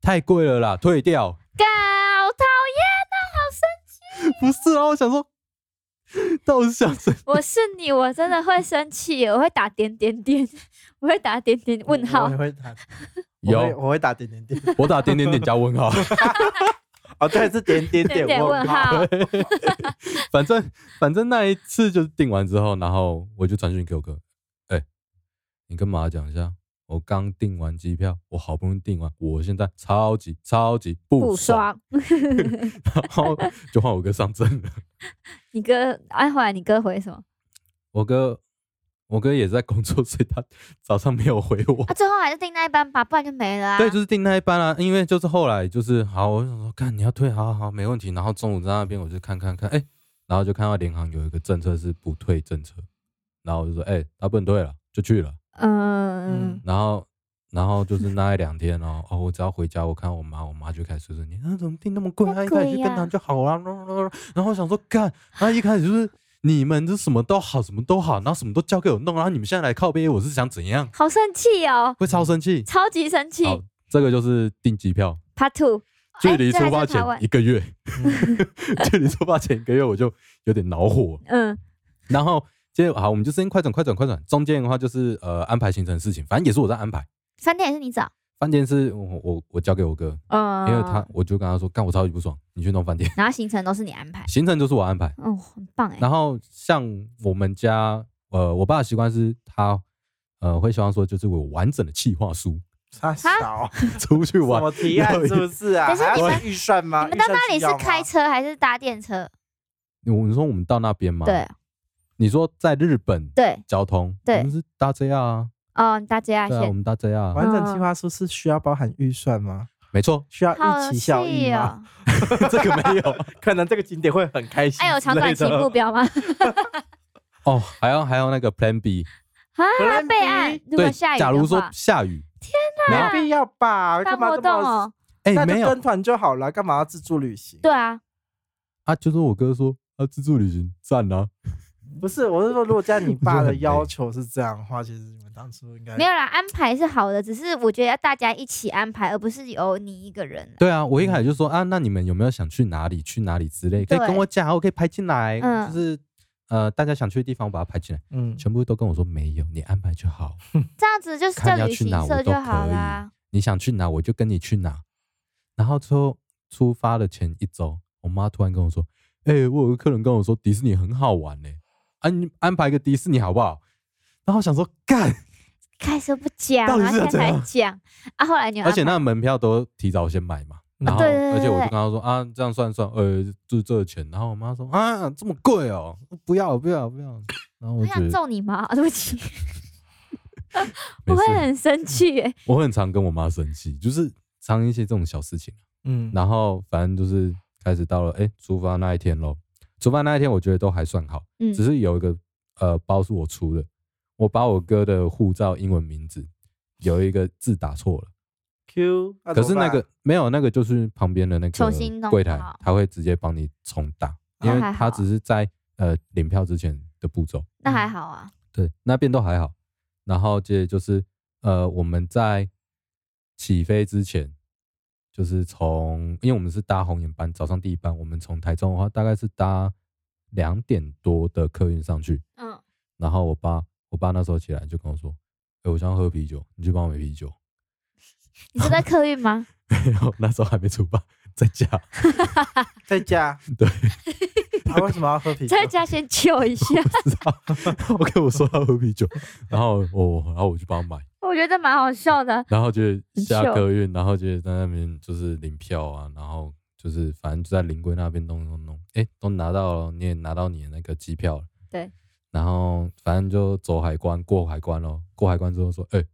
Speaker 3: 太贵了啦，退掉。 [LAUGHS]
Speaker 1: 干好讨厌啊，好生
Speaker 3: 不是啊，我想说到笑声，
Speaker 1: 我是你，我真的会生气，我会打点点点， [LAUGHS] 我会打点点问
Speaker 2: 我
Speaker 1: 号
Speaker 2: 也。会打，我会
Speaker 3: 有
Speaker 2: 我会打点点点。
Speaker 3: 我打点点点加问号，
Speaker 2: 哦，对，是点点
Speaker 1: 点点
Speaker 2: 问
Speaker 1: 问号，
Speaker 3: [LAUGHS] 反正反正那一次就是定完之后，然后我就传讯给我哥，哎、你跟妈讲一下，我刚订完机票，我好不容易订完，我现在超级超级不
Speaker 1: 不
Speaker 3: 爽，
Speaker 1: 爽。
Speaker 3: [LAUGHS] 然后就换我哥上阵了。
Speaker 1: 你哥，哎，后来你哥回什么？
Speaker 3: 我哥我哥也在工作，所以他早上没有回我。
Speaker 1: 啊，最后还是订那一班吧，不然就没了啊。
Speaker 3: 对，就是订那一班啊，因为就是后来就是好，我就想说，看你要退，好好好，没问题。然后中午在那边我就看看看，哎、然后就看到联航有一个政策是不退政策，然后我就说，哎、他不能退了，就去了。
Speaker 1: 嗯，
Speaker 3: 然后，然后就是那一两天哦， [LAUGHS] 哦，我只要回家，我看我妈，我妈就开始碎碎念，啊，怎么订那么贵啊？
Speaker 1: 那
Speaker 3: 一开始
Speaker 1: 贵
Speaker 3: 去跟
Speaker 1: 呀
Speaker 3: 他就好啦、然后我想说，干，那一开始就是你们就什么都好，什么都好，然后什么都交给我弄，然后你们现在来靠背，我是想怎样？
Speaker 1: 好生气哦，
Speaker 3: 会超生气。
Speaker 1: 超级生气。
Speaker 3: 好，这个就是订机票，
Speaker 1: Part Two，
Speaker 3: 距
Speaker 1: 哎
Speaker 3: 离
Speaker 1: 这
Speaker 3: 出
Speaker 1: 还
Speaker 3: 发
Speaker 1: 是台
Speaker 3: 前
Speaker 1: 湾
Speaker 3: 一个月， [LAUGHS] 距离出发前一个月我就有点恼火。
Speaker 1: 嗯，
Speaker 3: 然后接着好，我们就先快转快转快转，中间的话就是呃安排行程的事情，反正也是我在安排。
Speaker 1: 饭店也是你找，
Speaker 3: 饭店是我我我交给我哥，
Speaker 1: 嗯，
Speaker 3: 因为他我就跟他说，干我超级不爽，你去弄饭店，
Speaker 1: 然后行程都是你安排，
Speaker 3: 行程就是我安排。
Speaker 1: 哦，很棒哎，
Speaker 3: 然后像我们家呃我爸的习惯是他呃会希望说就是我有完整的计划书
Speaker 2: 他少什
Speaker 3: 出去玩
Speaker 2: 么，提案是不是啊？
Speaker 1: 等一下
Speaker 2: 还
Speaker 1: 啊你
Speaker 2: 要
Speaker 1: 们
Speaker 2: 预算吗？
Speaker 1: 你们到
Speaker 2: 预算
Speaker 1: 那里
Speaker 2: 需
Speaker 1: 是
Speaker 2: 要吗
Speaker 1: 开？车还是搭电车？
Speaker 3: 我你说我们到那边嘛，
Speaker 1: 对，
Speaker 3: 你说在日本
Speaker 1: 对，
Speaker 3: 交通，
Speaker 1: 对
Speaker 3: 我们是搭 JR 啊，
Speaker 1: 哦，你搭 JR
Speaker 3: 对啊，我
Speaker 1: 线，
Speaker 3: 们搭 JR，啊
Speaker 2: 完整计划书是需要包含预算吗？，
Speaker 3: 没错
Speaker 2: 需要
Speaker 1: 好
Speaker 2: 预期效
Speaker 1: 气
Speaker 2: 益吗？ [LAUGHS]
Speaker 1: 哦！
Speaker 3: [LAUGHS] 这个没有
Speaker 2: 可能这个景点会很开心。
Speaker 1: 哎，有长短期目， [LAUGHS] 标吗？
Speaker 3: 哦，还有还有那个 Plan B，
Speaker 1: 啊，
Speaker 2: Plan
Speaker 1: 备案
Speaker 2: B，
Speaker 1: 如果
Speaker 3: 对
Speaker 1: 下，雨
Speaker 3: 假如
Speaker 1: 的
Speaker 3: 说
Speaker 1: 话，
Speaker 3: 下雨，
Speaker 2: 没
Speaker 3: 天
Speaker 2: 必要吧？
Speaker 1: 办
Speaker 2: 干嘛
Speaker 1: 活
Speaker 2: 这
Speaker 1: 动
Speaker 2: 么？
Speaker 1: 哦，
Speaker 3: 哎，
Speaker 2: 那
Speaker 3: 没
Speaker 2: 就
Speaker 3: 有
Speaker 2: 跟团就好了，干嘛要自助旅行？
Speaker 1: 对啊，
Speaker 3: 啊，就是我哥说啊，自助旅行
Speaker 1: [LAUGHS]
Speaker 3: 赞啊，
Speaker 2: 不是，我是说，如果加你
Speaker 3: 不
Speaker 2: 爸 [LAUGHS] 的
Speaker 3: 是很
Speaker 2: 要
Speaker 3: 累
Speaker 2: 求是这样的话，其实你们当初
Speaker 3: 哎
Speaker 2: 应该
Speaker 1: 没有啦，安排是好的，只是我觉得要大家一起安排，而不是由你一个人。
Speaker 3: 对啊，我一开始就说啊，那你们有没有想去哪里去哪里之类，可以
Speaker 1: 对
Speaker 3: 跟我讲，我可以拍进来，
Speaker 1: 嗯
Speaker 3: 就是呃大家想去的地方我把它拍进来，
Speaker 2: 嗯，
Speaker 3: 全部都跟我说没有，你安排就好，
Speaker 1: 这样子就是
Speaker 3: 看
Speaker 1: 叫
Speaker 3: 要
Speaker 1: 旅
Speaker 3: 去
Speaker 1: 行
Speaker 3: 哪我
Speaker 1: 社
Speaker 3: 都
Speaker 1: 就
Speaker 3: 可
Speaker 1: 好
Speaker 3: 以
Speaker 1: 啦。，
Speaker 3: 你想去哪我就跟你去哪。然后之后出发的前一周，我妈突然跟我说：“哎、我有个客人跟我说迪士尼很好玩呢、安、安排个迪士尼好不好？”然后我想说干，
Speaker 1: 开始不讲，
Speaker 3: 到底
Speaker 1: 然后
Speaker 3: 是要
Speaker 1: 现在才
Speaker 3: 怎样
Speaker 1: 讲啊，后来你有
Speaker 3: 而且
Speaker 1: 安排
Speaker 3: 那门票都提早先买嘛，
Speaker 2: 嗯
Speaker 3: 然后、
Speaker 1: 啊对对对
Speaker 3: 而且我就
Speaker 1: 对
Speaker 3: 跟她说啊，这样算算，呃，就是这个钱。然后我妈说啊，这么贵哦，不要不要不要。然后
Speaker 1: 我
Speaker 3: 我觉
Speaker 1: 想
Speaker 3: 得
Speaker 1: 揍你妈， [LAUGHS] 对不起，
Speaker 3: 没
Speaker 1: 我会
Speaker 3: 事，
Speaker 1: 很生气欸耶。
Speaker 3: 我很常跟我妈生气，就是常一些这种小事情。
Speaker 2: 嗯，
Speaker 3: 然后反正就是开始到了哎、诶出发那一天咯，出发那一天我觉得都还算好，
Speaker 1: 嗯
Speaker 3: 只是有一个呃包是我出的，我把我哥的护照英文名字有一个字打错了，
Speaker 2: Q，那
Speaker 3: 可
Speaker 2: 怎
Speaker 3: 是
Speaker 2: 么
Speaker 3: 那
Speaker 2: 办啊
Speaker 3: 个没有那个就是旁边的那
Speaker 1: 重新
Speaker 3: 个
Speaker 1: 弄
Speaker 3: 柜台
Speaker 1: 好，
Speaker 3: 他会直接帮你重打，
Speaker 1: 哦
Speaker 3: 因为
Speaker 1: 还
Speaker 3: 他
Speaker 1: 好
Speaker 3: 只是在呃领票之前的步骤，嗯
Speaker 1: 那还好啊，
Speaker 3: 对，那边都还好。然后接着就是呃，我们在起飞之前，就是从因为我们是搭红眼班，早上第一班，我们从台中的话大概是搭两点多的客运上去。
Speaker 1: 嗯，
Speaker 3: 然后我爸我爸那时候起来就跟我说：“哎、我想要喝啤酒，你去帮我买啤酒。
Speaker 1: 你是在客运吗？”
Speaker 3: 然后那时候还没出发，在家。
Speaker 2: 在家，
Speaker 3: [LAUGHS]
Speaker 2: [LAUGHS]
Speaker 3: 对，
Speaker 2: 他为什么要喝啤酒？
Speaker 1: 在家先救
Speaker 3: [LAUGHS]
Speaker 1: 一下，
Speaker 3: 不知道， [LAUGHS] 我跟我说要喝啤酒，然后我、然后我去帮他买。
Speaker 1: 我觉得蛮好笑的。
Speaker 3: 然后就
Speaker 1: 很
Speaker 3: 下
Speaker 1: 秀
Speaker 3: 客运，然后就在那边就是领票啊，然后就是反正就在临柜那边弄弄弄，哎，都拿到了，你也拿到你的那个机票了。
Speaker 1: 对。
Speaker 3: 然后反正就走海关，过海关咯，过海关之后说，哎，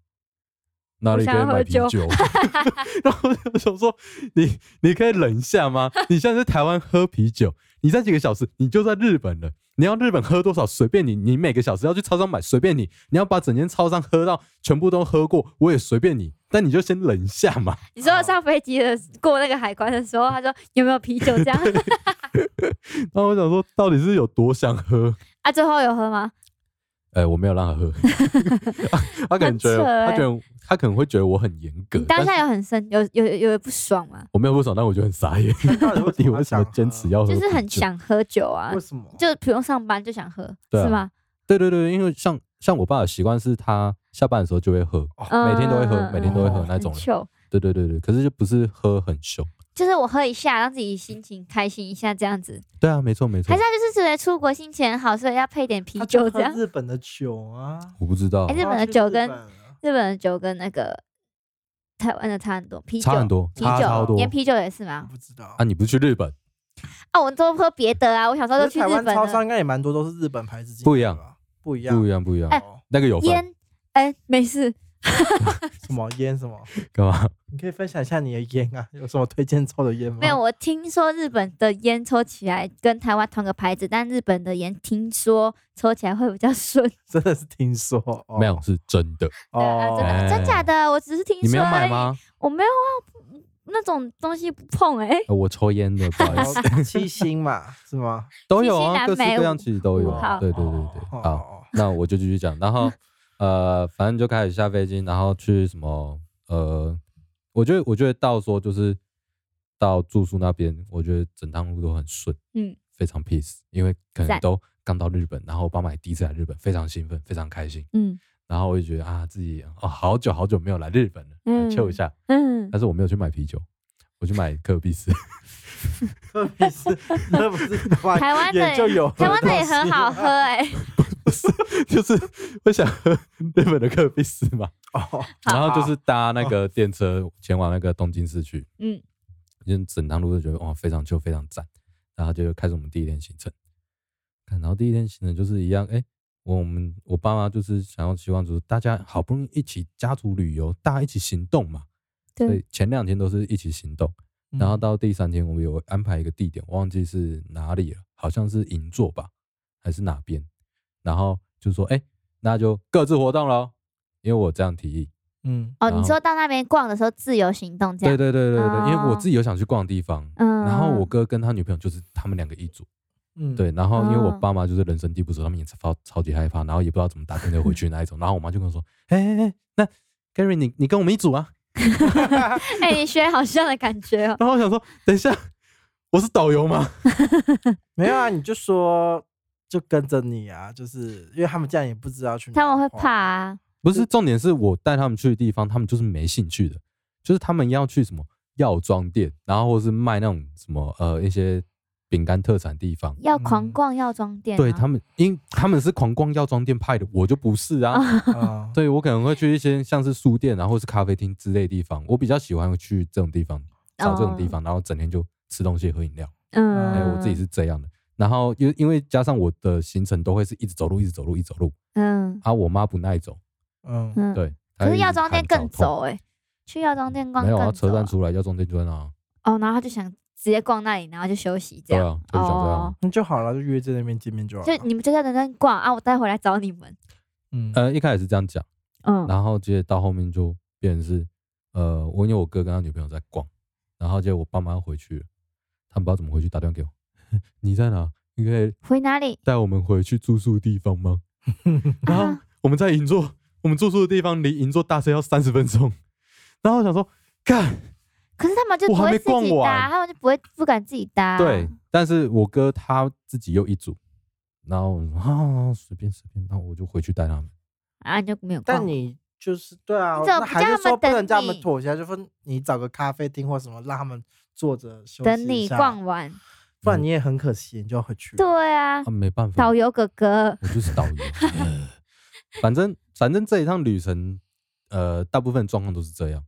Speaker 3: 哪
Speaker 1: 我
Speaker 3: 里
Speaker 1: 想
Speaker 3: 可以
Speaker 1: 要喝
Speaker 3: 买啤
Speaker 1: 酒
Speaker 3: 酒？ [LAUGHS]
Speaker 1: [LAUGHS]
Speaker 3: 然后我想说，你你可以忍一下吗？你现在在台湾喝啤酒，你在几个小时，你就在日本了。你要日本喝多少随便你，你每个小时要去超商买随便你，你要把整间超商喝到全部都喝过，我也随便你。但你就先忍一下嘛。
Speaker 1: 你说上飞机的过那个海关的时候，他说有没有啤酒这样 [LAUGHS]
Speaker 3: 然后我想说，到底是有多想喝？
Speaker 1: 啊？最后有喝吗？
Speaker 3: 呃，我没有让他喝， [LAUGHS] 他可能觉得
Speaker 1: 很扯欸
Speaker 3: 他觉得他可能会觉得我很严格
Speaker 1: 你，当
Speaker 3: 但
Speaker 1: 下
Speaker 3: 是
Speaker 1: 有很生有有有有不爽吗？
Speaker 3: 我没有不爽，但我觉得很傻 [LAUGHS] 眼，到底为什么坚持啊要喝啤
Speaker 1: 就
Speaker 3: 酒？
Speaker 1: 是很想喝酒啊
Speaker 2: [LAUGHS] 为，什么？
Speaker 1: 就不用上班就想喝，
Speaker 3: 对啊
Speaker 1: 是吗？
Speaker 3: 对对对，因为像像我爸的习惯是他下班的时候就会喝，每天都会喝
Speaker 1: 嗯
Speaker 3: 每天都
Speaker 2: 会喝
Speaker 1: 嗯
Speaker 3: 那种
Speaker 1: 很 chill
Speaker 3: 对对对对，可是就不是喝很凶。
Speaker 1: 就是我喝一下，让自己心情开心一下，这样子。
Speaker 3: 对啊，没错没错
Speaker 1: 还是，他就是觉得出国心情好，所以要配点啤
Speaker 2: 他就
Speaker 1: 酒
Speaker 2: 喝
Speaker 1: 这样。
Speaker 2: 日本的酒啊，
Speaker 3: 我不知道
Speaker 1: 还，是日本的
Speaker 2: 他去
Speaker 1: 酒
Speaker 2: 日
Speaker 1: 跟
Speaker 2: 本啊
Speaker 1: 日本的酒跟那个台湾的差很多，啤酒
Speaker 3: 差很多，
Speaker 1: 啤
Speaker 3: 差超
Speaker 1: 酒
Speaker 3: 多
Speaker 1: 连啤酒也是
Speaker 2: 我
Speaker 1: 吗？
Speaker 2: 不知道
Speaker 3: 啊！。你不去日本，
Speaker 1: 啊，我都喝别的啊，我小时候
Speaker 2: 可
Speaker 1: 就是去
Speaker 2: 台
Speaker 1: 日
Speaker 2: 湾
Speaker 1: 本
Speaker 2: 超商
Speaker 1: 了。
Speaker 2: 应该也蛮多都是日本牌子进
Speaker 3: 不
Speaker 2: 口
Speaker 3: 一
Speaker 2: 的
Speaker 3: 样
Speaker 2: 吧，不一样，
Speaker 3: 不一样不一样，
Speaker 2: 哦。
Speaker 3: 那个有分
Speaker 1: 哎烟，哎，没事，
Speaker 2: 什么烟什么？
Speaker 3: 干嘛？
Speaker 2: 你可以分享一下你的烟啊，有什么推荐抽的烟吗？
Speaker 1: 没有。，我听说日本的烟抽起来跟台湾同个牌子，但日本的烟听说抽起来会比较顺。
Speaker 2: 真的是听说，哦
Speaker 3: 没有是真的，
Speaker 1: 对啊，真
Speaker 3: 哎
Speaker 1: 的真假的，我只是听说。
Speaker 3: 你没有买？吗？
Speaker 1: 我没有啊，那种东西不碰哎、
Speaker 3: 呃我抽烟的，不好
Speaker 1: [LAUGHS]
Speaker 3: 意思，
Speaker 2: 哦七星嘛，是吗？
Speaker 3: 都有
Speaker 1: 七星
Speaker 3: 啊，
Speaker 1: 蓝
Speaker 3: 各式
Speaker 1: 莓
Speaker 3: 各
Speaker 1: 五
Speaker 3: 样其实都有啊
Speaker 1: 五号，
Speaker 3: 对对对对，
Speaker 2: 哦
Speaker 3: 好，，
Speaker 1: [LAUGHS]
Speaker 3: 那我就继续讲，然后呃，反正就开始下飞机，然后去什么呃，我觉得我觉得到说就是到住宿那边，我觉得整趟路都很顺，
Speaker 1: 嗯，
Speaker 3: 非常 peace，因为可能
Speaker 1: 赞
Speaker 3: 都刚到日本，然后我爸妈也第一次来日本，非常兴奋，非常开心，
Speaker 1: 嗯
Speaker 3: 然后我就觉得啊，自己哦好久好久没有来日本了，
Speaker 1: 嗯
Speaker 3: 嗯，chill 一下，
Speaker 1: 嗯，
Speaker 3: 但是我没有去买啤酒，我
Speaker 1: [LAUGHS]
Speaker 3: 去买可尔必斯，
Speaker 2: 特别是那不是台湾
Speaker 1: 台湾的
Speaker 2: 也就有，
Speaker 1: 台湾的也很
Speaker 2: [LAUGHS]
Speaker 1: 好喝哎、
Speaker 3: 就是我想 [LAUGHS] 喝日本的可尔必斯嘛，
Speaker 1: [LAUGHS]
Speaker 2: 哦。
Speaker 3: 然后就是搭那
Speaker 1: 哦
Speaker 3: 个电车前往那个东京市区，
Speaker 1: 嗯，
Speaker 3: 就整趟路都觉得哇非常就非常赞，然后就开始我们第一天行程。看，然后第一天行程就是一样，哎，我们我爸妈就是想要希望就是大家好不容易一起家族旅游，大家一起行动嘛，
Speaker 1: 对嗯
Speaker 3: 所以前两天都是一起行动，然后到第三天我们有安排一个地点，我忘记是哪里了，好像是银座吧，还是哪边，然后就说哎，诶那就各自活动喽，因为我这样提议。
Speaker 2: 嗯，
Speaker 1: 哦，
Speaker 3: 然
Speaker 1: 你
Speaker 3: 后
Speaker 1: 说到那边逛的时候自由行动这
Speaker 3: 对
Speaker 1: 样，
Speaker 3: 对对对对，因为我
Speaker 1: 哦
Speaker 3: 自己有想去逛的地方，
Speaker 1: 嗯，
Speaker 3: 然后我哥跟他女朋友就是他们两个一组，
Speaker 2: 嗯，
Speaker 3: 对，然后因为我
Speaker 1: 哦
Speaker 3: 爸妈就是人生地不熟，他们也超超级害怕，然后也不知道怎么打电话回去那一种，然后我妈就跟我说，哎哎哎，那 Gary 你你跟我们一组啊，
Speaker 1: 哎、你学好像的感觉哦，
Speaker 3: [LAUGHS] 然后我想说，等一下我是导游吗？
Speaker 2: 没有啊，你就说就跟着你啊，就是因为他们这样也不知道去哪
Speaker 1: 他
Speaker 2: 里
Speaker 1: 们
Speaker 2: 晃，
Speaker 1: 会怕啊，
Speaker 3: 不是，重点是我带他们去的地方，他们就是没兴趣的，就是他们要去什么药妆店，然后或是卖那种什么呃一些饼干特产地方。
Speaker 1: 要狂逛药妆店、啊
Speaker 3: 嗯对他们，因他们是狂逛药妆店派的，我就不是啊。
Speaker 2: 啊，
Speaker 3: [LAUGHS] 对我可能会去一些像是书店，然啊后是咖啡厅之类的地方。我比较喜欢去这种地方，找这种地方，然后整天就吃东西、喝饮料。
Speaker 1: 哦嗯，
Speaker 3: 哎、我自己是这样的。然后因因为加上我的行程都会是一直走路、一直走路、一直走路
Speaker 1: 嗯
Speaker 3: 啊，我妈不耐走，
Speaker 2: 嗯，
Speaker 1: 嗯，
Speaker 3: 对。她
Speaker 1: 可是
Speaker 3: 一直
Speaker 1: 药妆店
Speaker 3: 喊
Speaker 1: 更
Speaker 3: 痛
Speaker 1: 走哎、去药妆店逛
Speaker 3: 没有
Speaker 1: 更
Speaker 3: 啊，
Speaker 1: 走
Speaker 3: 车站出来药妆店就在那啊，
Speaker 1: 哦，然后他就想直接逛那里，然后就休息这
Speaker 3: 对
Speaker 1: 样，
Speaker 3: 啊，他就想这样啊
Speaker 1: 哦。
Speaker 2: 那就好了，就约在那边见面就好
Speaker 1: 就
Speaker 2: 了。
Speaker 1: 你们就在那边逛啊，我待会来找你们，
Speaker 2: 嗯，
Speaker 3: 呃，一开始是这样讲，
Speaker 1: 嗯，
Speaker 3: 然后接着到后面就变成是，呃，我因为我哥跟他女朋友在逛，然后结果我爸妈回去了，他们不知道怎么回去，打电话给我， [LAUGHS] 你在哪？你可以
Speaker 1: 回哪里？
Speaker 3: 带我们回去住宿的地
Speaker 1: [LAUGHS]
Speaker 3: 方吗？然
Speaker 1: 啊
Speaker 3: 后我们在银座，我们住宿的地方离银座大车要三十分钟。然后我想说，干
Speaker 1: 可是他们就不
Speaker 3: 我还
Speaker 1: 会
Speaker 3: 没
Speaker 1: 自己
Speaker 3: 逛
Speaker 1: 搭，
Speaker 3: 完
Speaker 1: 他们就不会不敢自己搭。
Speaker 3: 对，，但是我哥他自己又一组，然后我说啊随便随便，那我就回去带他们。
Speaker 1: 啊，你就没有逛。
Speaker 2: 但你就是对啊，
Speaker 1: 你怎么不
Speaker 2: 那还
Speaker 1: 叫他
Speaker 2: 是
Speaker 1: 们
Speaker 2: 说不
Speaker 1: 等
Speaker 2: 能叫他们
Speaker 1: 你
Speaker 2: 妥协，就说你找个咖啡厅或什么，让他们坐着休息
Speaker 1: 等你
Speaker 2: 一下
Speaker 1: 逛，完，
Speaker 2: 不然你也很可惜，你就要回去。
Speaker 1: 对啊
Speaker 3: 啊，，没办法
Speaker 1: 导，游哥哥，
Speaker 3: 我就是
Speaker 1: [LAUGHS]
Speaker 3: 导游。呃反正反正这一趟旅程，呃，大部分状况都是这样，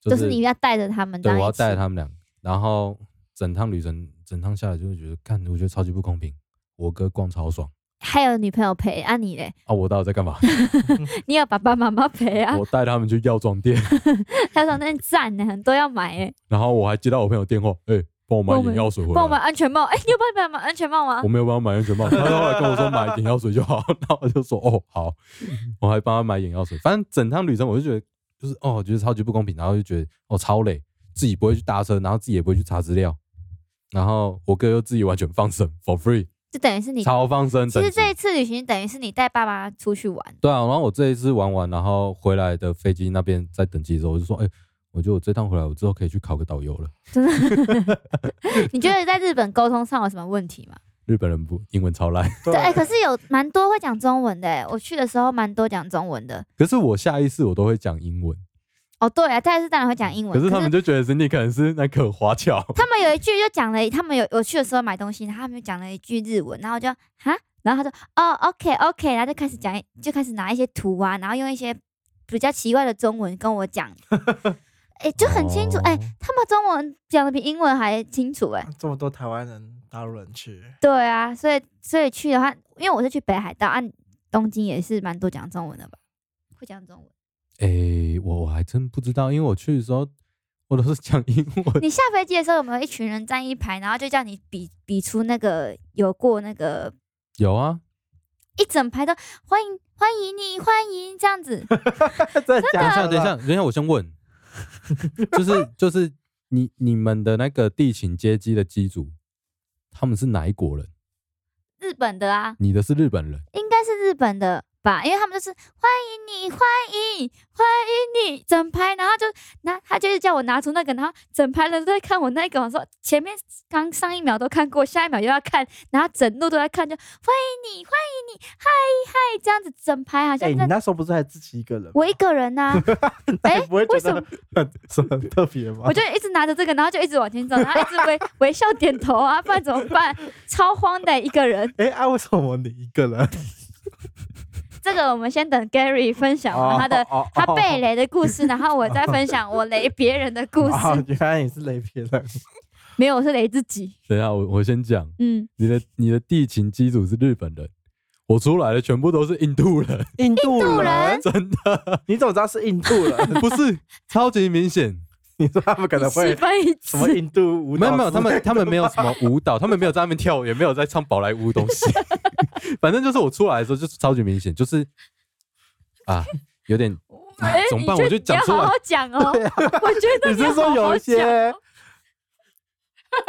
Speaker 3: 就
Speaker 1: 都是你要带着他们，
Speaker 3: 对，我要带着。他们俩，然后整趟旅程，整趟下来就会觉得，看，我觉得超级不公平。我哥逛超爽
Speaker 1: 还有女朋友陪啊，你嘞？
Speaker 3: 啊，我到底在干嘛？
Speaker 1: 你有爸爸妈妈陪啊？
Speaker 3: [LAUGHS] 我带他们去药妆店，
Speaker 1: 他说那赞呢，很多要买哎，
Speaker 3: 然后我还接到我朋友电话，哎、帮我买眼药水回来。
Speaker 1: 帮我买安全帽，哎，你有帮你买买安全帽吗
Speaker 3: 我？没有帮他买安全帽，他后来跟我说买眼药水就好，然后我就说哦好，我还帮他买眼药水。反正整趟旅程我就觉得就是哦，我觉得超级不公平，然后就觉得哦超累，自己不会去搭车，然后自己也不会去查资料，然后我哥又自己完全放生 for free，
Speaker 1: 就等于是你。
Speaker 3: 超放生
Speaker 1: 其
Speaker 3: 等
Speaker 1: 实
Speaker 3: 级。
Speaker 1: 这一次旅行等于是你带爸妈出去玩， [LAUGHS]
Speaker 3: 对啊，然后我这一次玩完，然后回来的飞机那边在等机的时候，我就说，哎、我觉得我这趟回来，我之后可以去考个导游了。
Speaker 1: 真的。你觉得在日本沟通上有什么问题吗？
Speaker 3: 日本人不英文超烂， [LAUGHS]
Speaker 1: 对，
Speaker 2: 啊
Speaker 1: 哎、可是有蛮多会讲中文的、哎，我去的时候蛮多讲中文的。
Speaker 3: 可是我下意识我都会讲英文，
Speaker 1: 哦，对啊，泰式当然会讲英文，
Speaker 3: 可是他们就觉得是你可能是那个华侨，
Speaker 1: 他们有一句就讲了，他们有我去的时候买东西，然后他们就讲了一句日文，然后我就哈，然后他就哦，OK OK，然后就开始讲，就开始拿一些图啊，然后用一些比较奇怪的中文跟我
Speaker 3: [LAUGHS]
Speaker 1: 讲，哎、 [LAUGHS] 就很清楚，哎、
Speaker 3: 哦
Speaker 1: 他们中文讲的比英文还清楚、哎，
Speaker 2: [LAUGHS] 这么多台湾人、大陆人去，
Speaker 3: [LAUGHS]
Speaker 1: 对啊，所以所以去的话，因为我是去北海道，按、东京也是蛮多讲中文的吧，会讲中文。
Speaker 3: 哎、我我还真不知道，因为我去的时候我都是讲英文，
Speaker 1: 你下飞机的时候有没有一群人站一排，然后就叫你比比出那个有过那个
Speaker 3: 有啊，
Speaker 1: 一整排的欢迎欢迎你欢迎这样子？
Speaker 2: 真的
Speaker 3: 等一
Speaker 1: 啊
Speaker 2: 假
Speaker 3: 下，
Speaker 2: 的？
Speaker 3: 啊等一下，，等一下，我
Speaker 1: [LAUGHS]
Speaker 3: 先问，就是就是你你们的那个地勤接机的机组，他们是哪一国人？
Speaker 1: 日本的啊，
Speaker 3: 你的是日本人，
Speaker 1: 应该是日本的吧，因为他们就是欢迎你欢迎欢迎你整排，然后就拿他就是叫我拿出那个，然后整排人都在看我那个，我说前面刚上一秒都看过，下一秒又要看，然后整路都在看，就欢迎你欢迎你嗨嗨这样子整排好
Speaker 2: 哎、
Speaker 1: 像
Speaker 2: 你
Speaker 1: 在。
Speaker 2: 那时候不是还自己一个人吗？
Speaker 1: 我一个人呐、
Speaker 2: [LAUGHS] 那你
Speaker 1: 哎
Speaker 2: 不会觉
Speaker 1: 为什
Speaker 2: 得
Speaker 1: 么
Speaker 2: 很很 [LAUGHS] 很特别吗
Speaker 1: 我？就一直拿着这个，然后就一直往前走，然后一直微微笑点头啊，不然怎么办？超慌的一个人。
Speaker 2: 哎、啊，为什么你一
Speaker 1: [LAUGHS]
Speaker 2: 个人？
Speaker 1: 这个我们先等 Gary 分享完他的、
Speaker 2: 哦
Speaker 1: [LAUGHS] 他被
Speaker 2: 雷
Speaker 1: 雷的故事，然后我再分享我雷别人的故
Speaker 2: [LAUGHS] 哦
Speaker 1: 事。，
Speaker 2: 原来你是雷别
Speaker 1: [LAUGHS]
Speaker 2: 人，
Speaker 1: 没有，我是雷自己。
Speaker 3: 等一下我我先讲，
Speaker 1: 嗯，
Speaker 3: 你的你的地勤机组是日本人，我出来的全部都是印度人，
Speaker 2: 印度
Speaker 1: 度人
Speaker 3: 真 [LAUGHS] 的
Speaker 2: [LAUGHS] 你怎么知道是印度人？ [LAUGHS]
Speaker 3: 不是超级明显，
Speaker 2: 你说他们可能
Speaker 1: 示
Speaker 2: 会
Speaker 1: 范一
Speaker 2: 什么
Speaker 1: 次。
Speaker 2: 印度舞蹈？
Speaker 3: 没有没有，他们他们没有什么舞蹈，他们没有在那边跳舞，也没有在唱宝莱坞东西， [LAUGHS] 反正就是我出来的时候就是超级明显，就是啊有点
Speaker 1: [LAUGHS]
Speaker 2: 啊
Speaker 1: 哎
Speaker 3: 怎么办
Speaker 1: 你
Speaker 3: 我就讲
Speaker 1: 你
Speaker 3: 出来
Speaker 1: 要好好讲
Speaker 2: [LAUGHS]
Speaker 1: 哦。我觉得
Speaker 2: 你
Speaker 1: 要好
Speaker 2: 是说
Speaker 1: 好
Speaker 2: 有一
Speaker 1: 讲
Speaker 2: 些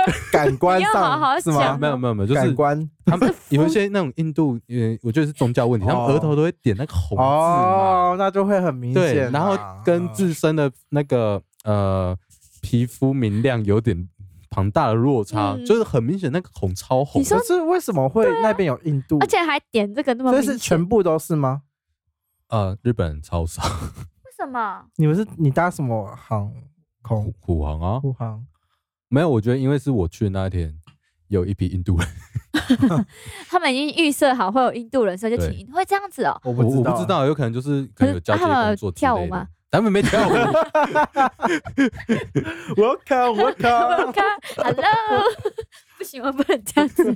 Speaker 1: [LAUGHS]
Speaker 2: 感官
Speaker 1: 你要好好
Speaker 2: 上 [LAUGHS] 是吗
Speaker 1: 讲？
Speaker 3: 没有没有没有，就
Speaker 2: 感
Speaker 3: 是
Speaker 2: 官
Speaker 3: 他们有一些那种印度，呃，我觉得是宗教问题，他们
Speaker 2: 哦
Speaker 3: 额头都会点那个红字嘛，
Speaker 2: 哦，那就会很明显
Speaker 3: 对，
Speaker 2: 啊。
Speaker 3: 然后跟
Speaker 2: 嗯
Speaker 3: 自身的那个呃皮肤明亮有点庞大的落差，
Speaker 1: 嗯
Speaker 3: 就是很明显那个红超红
Speaker 1: 你说啊
Speaker 3: 的，
Speaker 2: 可是为什么会那边有印度
Speaker 1: 而？且还点这个那么
Speaker 2: 这
Speaker 1: 明
Speaker 2: 是
Speaker 1: 显，
Speaker 2: 全部都是吗？
Speaker 3: 呃，日本人超少，
Speaker 1: 为什么？
Speaker 2: 你们是你搭什么航空？
Speaker 3: 虎航啊，
Speaker 2: 虎航？
Speaker 3: 没有，我觉得因为是我去的那一天。有一批印度人，
Speaker 1: 他们已经预设好会有印度人，所以就请
Speaker 3: 对
Speaker 1: 印度会这样子
Speaker 2: [LAUGHS]
Speaker 1: 哦。
Speaker 2: 我
Speaker 3: 我我
Speaker 2: 知道，
Speaker 3: 不知道，有可能就是可能有交接
Speaker 1: 可是啊他们
Speaker 3: 工作之
Speaker 1: 跳舞
Speaker 3: 类的
Speaker 1: 吗。
Speaker 3: 他们没跳舞，
Speaker 2: Welcome,
Speaker 1: 我 [LAUGHS]
Speaker 2: welcome。
Speaker 1: 看，Hello，不行，我不能这样
Speaker 2: [LAUGHS]
Speaker 1: 子。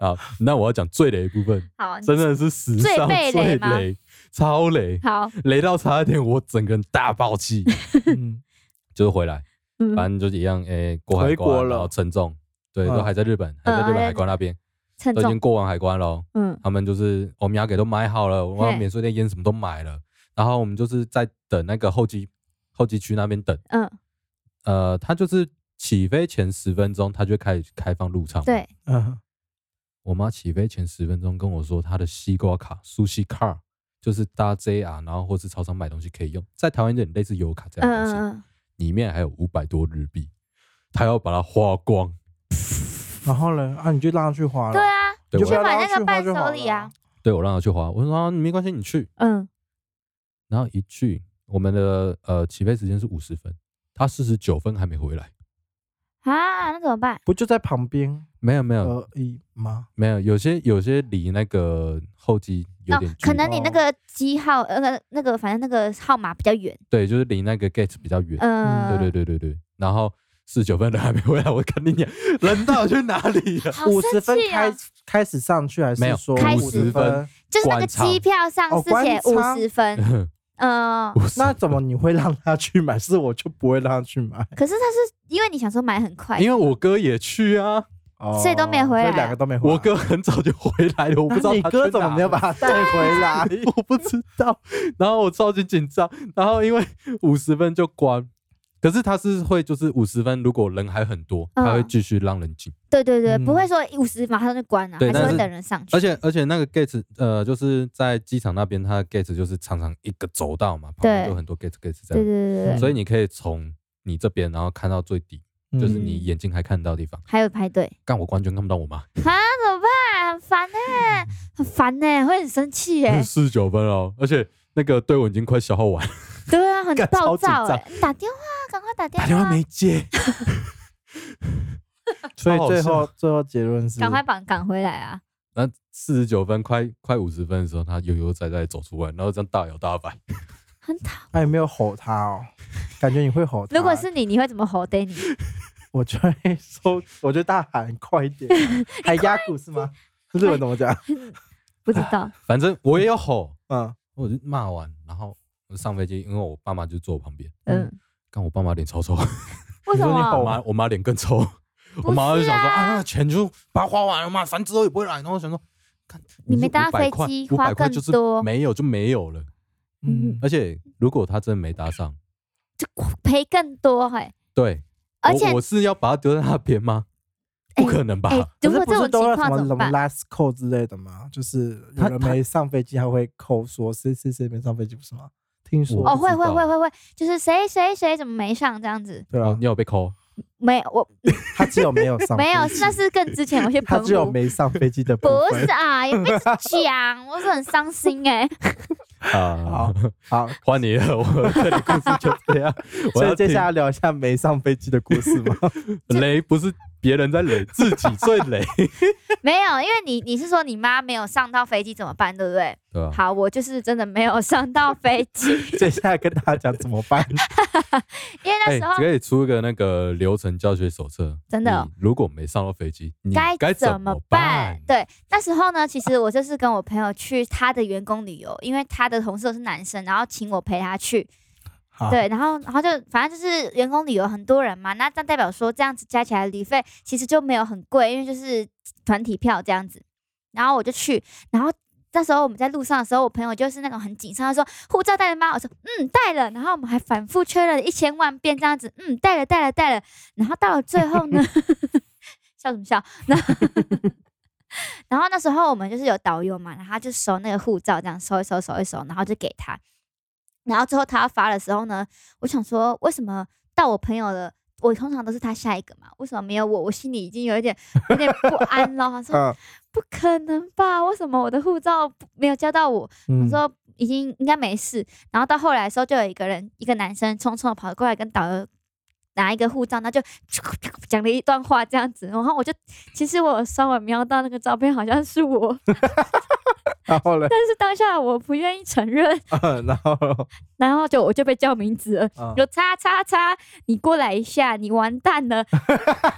Speaker 3: 好，那我要讲最雷的部
Speaker 1: [LAUGHS]
Speaker 3: 分，
Speaker 1: 好，你
Speaker 3: 真的是史
Speaker 1: 最
Speaker 3: 上
Speaker 1: 被
Speaker 3: 最
Speaker 1: 雷吗
Speaker 3: 雷，超雷。
Speaker 1: 好，
Speaker 3: 雷到差一点，我整个人大爆气， [LAUGHS]
Speaker 2: 嗯
Speaker 3: 就是回来，
Speaker 1: 嗯，
Speaker 3: 反正就是一样，诶、过海
Speaker 2: 回国
Speaker 3: 关，
Speaker 2: 了
Speaker 3: 然后称重，对，
Speaker 2: 嗯
Speaker 3: 都还在日本，
Speaker 1: 哦
Speaker 3: 还在日本海关那边，
Speaker 1: 称
Speaker 3: 都已经
Speaker 1: 重，
Speaker 3: 过完海关喽。
Speaker 1: 嗯，
Speaker 3: 他们就是我们牙给都买好了，我
Speaker 1: 嘿
Speaker 3: 们免税店烟什么都买了，然后我们就是在等那个候机候机区那边等，
Speaker 1: 嗯，
Speaker 3: 呃，他就是起飞前十分钟，他就开始开放入场。，
Speaker 1: 对，
Speaker 2: 嗯，
Speaker 3: 我妈起飞前十分钟跟我说，她的西瓜卡苏西卡就是搭 JR，然后或是超商买东西可以用，在台湾有点类似油卡这
Speaker 1: 嗯
Speaker 3: 样的东西。
Speaker 1: 嗯嗯，
Speaker 3: 里面还有五百多日币，他要把它花光。
Speaker 2: 然后呢？啊，你就让他去花了。
Speaker 1: 对啊，
Speaker 3: 对
Speaker 2: 你
Speaker 1: 去
Speaker 2: 就
Speaker 3: 我
Speaker 2: 不要
Speaker 1: 买
Speaker 2: 让
Speaker 1: 那
Speaker 2: 他
Speaker 1: 个
Speaker 2: 去
Speaker 1: 伴
Speaker 2: 花就好
Speaker 1: 手
Speaker 2: 了
Speaker 1: 礼啊，。
Speaker 3: 对我让他去花，我说啊，没关系，你去。
Speaker 1: 嗯，
Speaker 3: 然后一去，我们的呃起飞时间是五十分，他四十九分还没回来。
Speaker 1: 啊，那怎么办？
Speaker 2: 不就在旁边
Speaker 3: 没有没有、
Speaker 2: 而已吗？
Speaker 3: 没有，有些有些离那个候机有
Speaker 1: 哦
Speaker 3: 点，距离，
Speaker 1: 可能你那个机号，呃那个那个，反正那个号码比较远，
Speaker 3: 对，就是离那个 gate 比较远。
Speaker 1: 嗯，
Speaker 3: 对对对对对，然后。四十九分人还没回来，我跟你讲，人到底去哪里
Speaker 1: [LAUGHS]
Speaker 3: 了？
Speaker 1: 好
Speaker 2: 五十
Speaker 1: 生
Speaker 2: 分
Speaker 1: 气啊
Speaker 2: 开！开始上去还
Speaker 3: 没有
Speaker 2: 是说
Speaker 1: 开
Speaker 2: 50
Speaker 1: 始
Speaker 2: 分？
Speaker 1: 就是那个
Speaker 3: 观察
Speaker 1: 机票上
Speaker 2: 哦
Speaker 1: 是写五
Speaker 2: 观察
Speaker 1: 十
Speaker 3: [LAUGHS]
Speaker 1: 分，嗯，
Speaker 2: 那怎么你会让他去买？是我就不会让他去买，
Speaker 1: 可是他是因为你想说买很快，
Speaker 3: 因为我哥也去啊，
Speaker 2: 哦
Speaker 1: 所以都没回来啊
Speaker 2: 所以两个都没回来。
Speaker 3: 我哥很早就回来了，我不知道
Speaker 2: 那你
Speaker 3: 他
Speaker 2: 哥
Speaker 3: 去
Speaker 2: 怎么
Speaker 3: 哪哎
Speaker 2: 没有把他带回来？
Speaker 3: 我不知道。然后我超级紧张，然后因为五十分就关，可是他是会就是五十分，如果人还很多，他会
Speaker 1: 嗯
Speaker 3: 继续让人进。
Speaker 1: 对对对，
Speaker 2: 嗯
Speaker 1: 不会说五十马上就关了、
Speaker 3: 对
Speaker 1: 还是
Speaker 3: 但
Speaker 1: 会
Speaker 3: 是
Speaker 1: 等人上去。
Speaker 3: 而且而且那个 gate 呃，就是在机场那边，它的 gate 就是常常一个走道嘛，旁边
Speaker 1: 对
Speaker 3: 有很多 gate gate 这
Speaker 1: 对对对
Speaker 3: 样，
Speaker 1: 对对，
Speaker 3: 所以你可以从你这边然后看到最底， [LAUGHS] 就是
Speaker 2: 嗯
Speaker 3: 你眼睛还看得到的地方。
Speaker 1: 还有排队
Speaker 3: 但我完全看不到我妈，
Speaker 1: [LAUGHS] 啊，怎么办？很烦呢、很烦呢、会很生气耶、
Speaker 3: [LAUGHS] 四十九分哦，而且那个队伍已经快消耗完，
Speaker 1: 对啊，很
Speaker 3: 干
Speaker 1: 暴
Speaker 3: 超紧
Speaker 1: 躁哎、
Speaker 3: 张
Speaker 1: 你打电话，赶快打电
Speaker 3: 打电话没接，
Speaker 2: 所以
Speaker 3: 好好
Speaker 2: 最
Speaker 3: 笑
Speaker 2: 后最后结论是，
Speaker 1: 赶快绑赶回来啊！
Speaker 3: 然后四十九分快快五十分的时候，他悠悠哉哉地走出来，然后这样大摇大摆，
Speaker 1: 很
Speaker 3: [LAUGHS] 啊
Speaker 1: 讨。
Speaker 2: 他有哎没有吼他哦？感觉你会吼他。
Speaker 1: 如果是你，你会怎么吼 Danny？
Speaker 2: 我就会说，我就大喊快一点，啊
Speaker 1: [LAUGHS]
Speaker 2: 还压鼓是吗？日文怎么讲？
Speaker 1: 不知
Speaker 3: [LAUGHS]
Speaker 1: 道，
Speaker 3: 反正我也有吼，
Speaker 2: 嗯，
Speaker 3: 我就骂完，然后我上飞机，因为我爸妈就坐我旁边，
Speaker 1: 嗯，
Speaker 3: 看我爸妈脸超臭，
Speaker 1: 为什
Speaker 2: 你吼
Speaker 1: 么？
Speaker 3: 我妈我妈脸更臭，
Speaker 1: 哦不
Speaker 3: 我妈就是想说
Speaker 1: 啊
Speaker 3: 啊，钱就把它花完了嘛，反正之后也不会来，然后我想说，看
Speaker 1: 你没搭飞机
Speaker 3: 五
Speaker 1: 花
Speaker 3: 百块
Speaker 1: 更
Speaker 3: 就是
Speaker 1: 多
Speaker 3: 没有就没有了，
Speaker 1: 嗯
Speaker 3: 而且如果他真的没搭上，
Speaker 1: 就赔更多哎、
Speaker 3: 对，
Speaker 1: 而且
Speaker 3: 我我是要把它丢在那边吗？
Speaker 1: 哎
Speaker 3: 不可能吧
Speaker 1: 哎、？
Speaker 2: 可
Speaker 1: 如
Speaker 2: 是
Speaker 1: 果
Speaker 2: 不
Speaker 1: 这
Speaker 2: 是
Speaker 1: 种
Speaker 2: 都
Speaker 1: 情
Speaker 2: 要什
Speaker 1: 况
Speaker 2: 么
Speaker 1: 怎
Speaker 2: 什
Speaker 1: 么
Speaker 2: 么
Speaker 1: 办？
Speaker 2: last call 之类的吗？就是有
Speaker 3: 他
Speaker 2: 人
Speaker 3: 他
Speaker 2: 没上飞机，他会扣说谁谁谁没上飞机，不是吗？听说
Speaker 3: 我
Speaker 1: 哦，
Speaker 3: 不
Speaker 1: 会
Speaker 3: 知
Speaker 1: 会
Speaker 3: 道
Speaker 1: 会会会，就是谁谁谁怎么没上这样子？
Speaker 2: 对
Speaker 3: 哦
Speaker 2: 啊，
Speaker 3: 你有被扣？
Speaker 1: 没有，我
Speaker 2: 他只有没有上，
Speaker 1: 没有，那是更之前我去
Speaker 2: [LAUGHS] 他
Speaker 1: 澎
Speaker 2: 只有
Speaker 1: 湖。
Speaker 2: 没上飞机的部
Speaker 1: 不
Speaker 2: 分
Speaker 1: 是。啊，
Speaker 2: [LAUGHS]
Speaker 1: 也被讲，我是很伤心哎、
Speaker 3: 啊
Speaker 2: 好，好，
Speaker 3: 换你了，我这里故事就这样。
Speaker 2: [LAUGHS]
Speaker 3: 我
Speaker 2: 所
Speaker 3: 要
Speaker 2: 以接
Speaker 3: 听
Speaker 2: 下来聊一下没上飞机的故
Speaker 1: [LAUGHS]
Speaker 2: 事吗？
Speaker 3: 雷不是别人在雷，自己最雷，
Speaker 1: 没有，因为你你是说你妈没有上到飞机怎么办，对不对？
Speaker 3: 对
Speaker 2: 啊
Speaker 3: 吧？
Speaker 1: 好，我就是真的没有上到飞机，
Speaker 2: 接下来跟大家讲怎么办。
Speaker 1: 因为那
Speaker 2: 哎
Speaker 1: 时候
Speaker 3: 哎可以出一个那个流程教学手册，
Speaker 1: 真的哦
Speaker 3: 你如果没上到飞机，你
Speaker 1: 该
Speaker 3: 该
Speaker 1: 怎
Speaker 3: 么
Speaker 1: 办？？对，那时候呢，其实我就是跟我朋友去他的员工旅游，因为他的同事都是男生，然后请我陪他去。
Speaker 2: 好，
Speaker 1: 对，然后然后就反正就是员工旅游很多人嘛，那这样代表说这样子加起来旅费其实就没有很贵，因为就是团体票这样子。然后我就去，然后那时候我们在路上的时候，我朋友就是那种很紧张，他说护照带了吗？我说嗯带了，然后我们还反复确认了一千万遍这样子，嗯带了带了带了，然后到了最后呢，笑什么笑？那 [LAUGHS] 然后那时候我们就是有导游嘛，然后他就收那个护照，这样收一收收一收，然后就给他。然后最后他要发的时候呢，我想说为什么到我朋友了，我通常都是他下一个嘛，为什么没有我？我心里已经有一点有点不安了，想说
Speaker 2: 嗯
Speaker 1: 不可能吧？为什么我的护照不没有交到我？他
Speaker 2: 嗯，
Speaker 1: 说已经应该没事。然后到后来的时候，就有一个人，一个男生匆匆的跑过来跟导游拿一个护照，那就讲了一段话这样子。然后我就其实我稍微瞄到那个照片好像是我， [LAUGHS]
Speaker 2: 然后嘞，
Speaker 1: 但是当下我不愿意承认，
Speaker 2: 嗯然
Speaker 1: [LAUGHS]
Speaker 2: 后
Speaker 1: 然后就我就被叫名字了。
Speaker 2: 嗯
Speaker 1: 就叉叉叉，你过来一下，你完蛋了！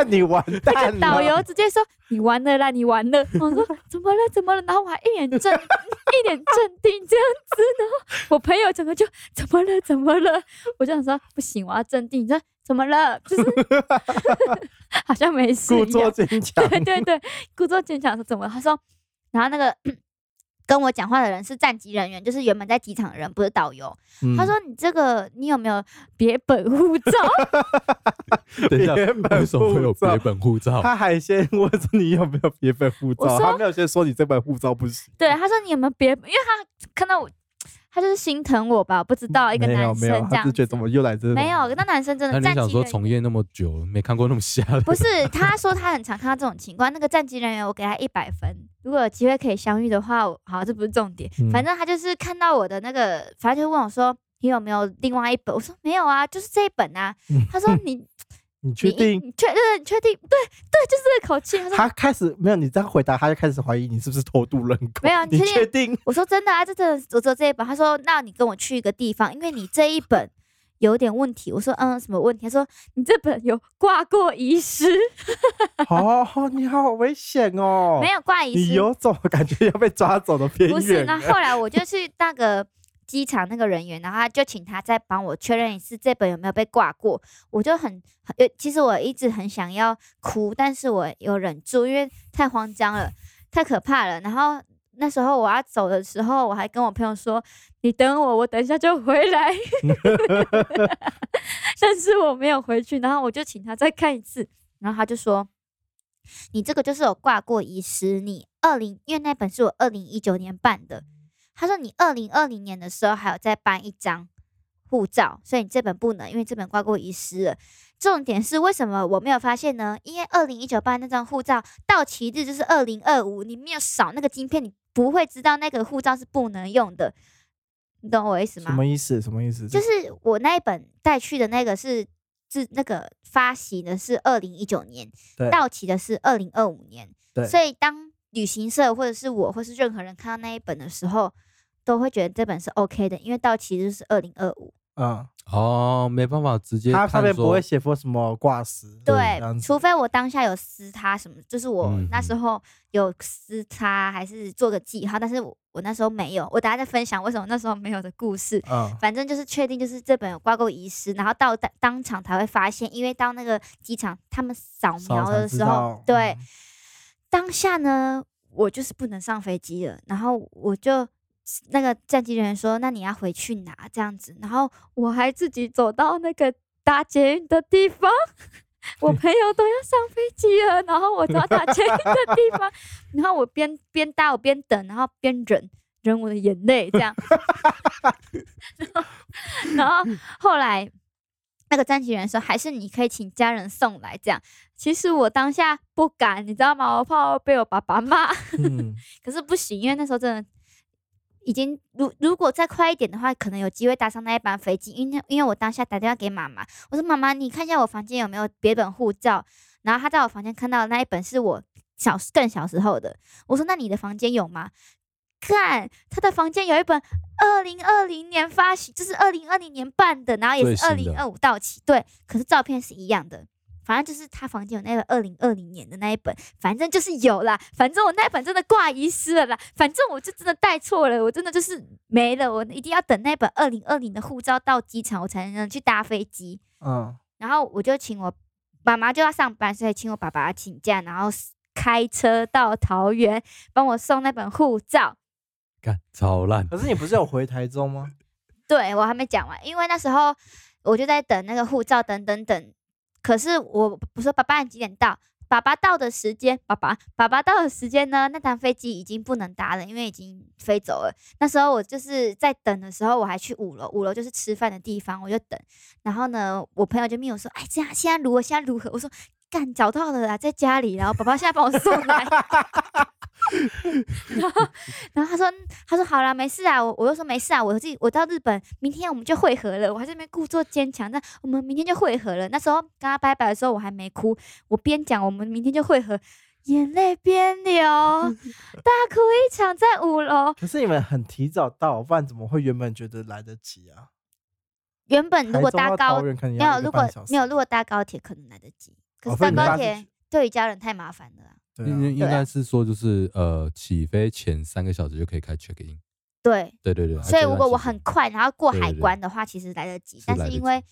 Speaker 2: 你完
Speaker 1: [LAUGHS]
Speaker 2: 蛋了，
Speaker 1: 导游直接说你完了啦，你完了。我说怎么了，怎么了？然后我还一脸镇， [LAUGHS] 一脸镇定这样子。然后我朋友整个就怎么了，怎么了？我就想说不行，我要镇定。你说怎么了？就是 [LAUGHS] 好像没事
Speaker 2: 故
Speaker 1: 一样
Speaker 2: 作。坚强，
Speaker 1: 对对对，故作坚强说怎么了？他说，然后那个 [CLEARS THROAT] 跟我讲话的人是站级人员，就是原本在机场的人，不是导游。
Speaker 2: 嗯
Speaker 1: 他说你这个你有没有别本护照？
Speaker 3: 等一下，
Speaker 2: 别本
Speaker 3: 为什么会有
Speaker 2: 护照
Speaker 3: 别本护照？
Speaker 2: 他还先问说你有没有别本护
Speaker 1: 我
Speaker 2: 照，
Speaker 1: 说
Speaker 2: 他没有先说你这本护照不行。
Speaker 1: 对，他说你有没有别，因为他看到我，他就是心疼我吧，不知道一个
Speaker 2: 没有
Speaker 1: 男
Speaker 2: 没
Speaker 1: 生
Speaker 2: 有，
Speaker 1: 这
Speaker 2: 他
Speaker 1: 样
Speaker 2: 就觉得
Speaker 1: 子
Speaker 2: 怎。么又来这种？
Speaker 1: 没有，那男生真
Speaker 3: 那
Speaker 1: 的
Speaker 3: 你
Speaker 1: 战
Speaker 3: 想
Speaker 1: 机
Speaker 3: 说
Speaker 1: 人员
Speaker 3: 从业那么久，没看过那么瞎的？
Speaker 1: 不是，他说他很常看到这种情况。那个战机人员，我给他一百分。如果有机会可以相遇的话，我好，这不是重点。
Speaker 2: 嗯
Speaker 1: 反正他就是看到我的那个，反正就问我说：“你有没有另外一本？”我说：“没有啊，就是这一本
Speaker 3: [LAUGHS]
Speaker 1: 啊。”他说：“你
Speaker 2: 你确
Speaker 1: 你
Speaker 2: 定？
Speaker 1: 你确对你确定？对对，就是这个口气。”他说
Speaker 2: 他开始没有你这样回答，他就开始怀疑你是不是偷渡人口。
Speaker 1: 没有
Speaker 2: 你
Speaker 1: 你
Speaker 2: 确
Speaker 1: 确 [LAUGHS]
Speaker 2: 定？：“
Speaker 1: 我说真的啊，这真的，我只有这一本。”他说：“那你跟我去一个地方，因为你这一本。”有点问题，我说嗯，什么问题？他说你这本有挂过遗失，
Speaker 2: 哦，你好危险哦！
Speaker 1: 没有挂遗失，
Speaker 2: 你有种感觉要被抓走的边
Speaker 1: 不啊是，
Speaker 2: 缘
Speaker 1: 那。后来我就去那个机场那个人员，然后他就请他再帮我确认一次这本有没有被挂过。我就很很有，其实我一直很想要哭，但是我有忍住，因为太慌张了，太可怕了。然后那时候我要走的时候，我还跟我朋友说：“你等我，我等一下就回来。”但是我没有回去，然后我就请他再看一次，然后他就说：“你这个就是有挂过遗失，你二零因为那本是我二零一九年办的，他说你二零二零年的时候还有再办一张护照，所以你这本不能，因为这本挂过遗失了。重点是为什么我没有发现呢？因为二零一九办那张护照到期日就是二零二五，你没有扫那个晶片，你不会知道那个护照是不能用的。你懂我意思吗？
Speaker 2: 什么意思？什么意思？
Speaker 1: 就是我那一本带去的那个是自那个发行的是二零一九年，
Speaker 2: 对
Speaker 1: 到期的是二零二五年
Speaker 2: 对，
Speaker 1: 所以当旅行社或者是我或是任何人看到那一本的时候，都会觉得这本是 OK 的，因为到期日是二零二五。
Speaker 2: 嗯，
Speaker 3: 哦，没办法直接
Speaker 2: 它上
Speaker 3: 看
Speaker 2: 面不会
Speaker 3: 说
Speaker 2: 写说什么挂失，
Speaker 1: 对
Speaker 2: 这样，子
Speaker 1: 除非我当下有撕它什么，就是我
Speaker 3: 嗯
Speaker 1: 那
Speaker 3: 嗯
Speaker 1: 时候有撕它，还是做个记号，但是我我那时候没有，我等下再分享为什么那时候没有的故事。
Speaker 2: 嗯
Speaker 1: 反正就是确定，就是这本有挂钩遗失，然后到当当场才会发现，因为到那个机场他们扫
Speaker 2: 扫
Speaker 1: 描
Speaker 2: 才
Speaker 1: 的
Speaker 2: 知
Speaker 1: 时候
Speaker 2: 道，
Speaker 1: 对
Speaker 2: 嗯，
Speaker 1: 当下呢，我就是不能上飞机了，然后我就那个战机人员说，那你要回去拿这样子，然后我还自己走到那个搭捷运的地
Speaker 2: [LAUGHS]
Speaker 1: 方。我朋友都要上飞机了，然后我到搭捷运的地方，然后我边边搭我边等，然后边忍忍我的眼泪，这样。然后后来那个站起人说，还是你可以请家人送来这样。其实我当下不敢，你知道吗？我怕我被我爸爸骂。 [LAUGHS]
Speaker 2: 嗯，
Speaker 1: 可是不行，因为那时候真的已经，如如果再快一点的话，可能有机会搭上那一班飞机。因为因为我当下打电话给妈妈，我说妈妈，你看一下我房间有没有别本护照。然后她在我房间看到的那一本是我小更小时候的。我说那你的房间有吗？看她的房间有一本二零二零年发行，就是二零二零年办的，然后也是二
Speaker 3: 最新
Speaker 1: 零
Speaker 3: 的
Speaker 1: 二五到期，对，可是照片是一样的。反正就是她房间有那本二零二零年的那一本，反正就是有啦，反正我那本真的挂遗失了啦，反正我就真的带错了，我真的就是没了，我一定要等那本二零二零的护照到机场，我才能去搭飞机。
Speaker 2: 嗯，
Speaker 1: 然后我就请我妈妈就要上班，所以请我爸爸请假，然后开车到桃园帮我送那本护照。
Speaker 3: 干超烂，
Speaker 1: 啊
Speaker 2: 可是你不是有回台中吗？
Speaker 1: 对我还没讲完，因为那时候我就在等那个护照，等等等。可是我我说爸爸你几点到？爸爸到的时间，爸爸爸爸到的时间呢？那趟飞机已经不能搭了，因为已经飞走了。那时候我就是在等的时候，我还去五楼，五楼就是吃饭的地方，我就等。然后呢，我朋友就命我说：“哎，这样现在如何？现在如何？”我说：“干，找到了啦，在家里。”然后爸爸现在帮我送来。然后，然后他说：“嗯他说好啦，没事啊。”我我就说：“没事啊，我自己我到日本，明天我们就会合了。”我还在那边故作坚强，那我们明天就会合了。那时候跟他拜拜的时候，我还没哭，我边讲我们明天就会合，眼泪边
Speaker 2: [LAUGHS]
Speaker 1: 流，大哭一场在五楼。
Speaker 2: 可是你们很提早到，不然怎么会原本觉得来得及啊？
Speaker 1: 原本如果搭高
Speaker 2: 没
Speaker 1: 没有，如果没有，如果搭高铁可能来得及，可
Speaker 2: 哦
Speaker 1: 是搭
Speaker 2: 所以你搭
Speaker 1: 高
Speaker 2: 自
Speaker 1: 铁
Speaker 2: 己
Speaker 1: 对于家人太麻烦了啦。
Speaker 2: 对
Speaker 3: 应
Speaker 2: 啊
Speaker 3: 应
Speaker 1: 对啊
Speaker 3: 该是说就是呃，起飞前三个小时就可以开 check in。
Speaker 1: 对，
Speaker 3: 对对对，
Speaker 1: 所以
Speaker 3: 啊这段
Speaker 1: 如果我
Speaker 3: 期
Speaker 1: 很
Speaker 3: 间
Speaker 1: 快，然后过
Speaker 3: 对
Speaker 1: 海
Speaker 3: 对对
Speaker 1: 关的话，其实来得及
Speaker 3: 是，
Speaker 1: 但
Speaker 3: 来
Speaker 1: 是
Speaker 3: 得
Speaker 1: 因
Speaker 3: 及
Speaker 1: 为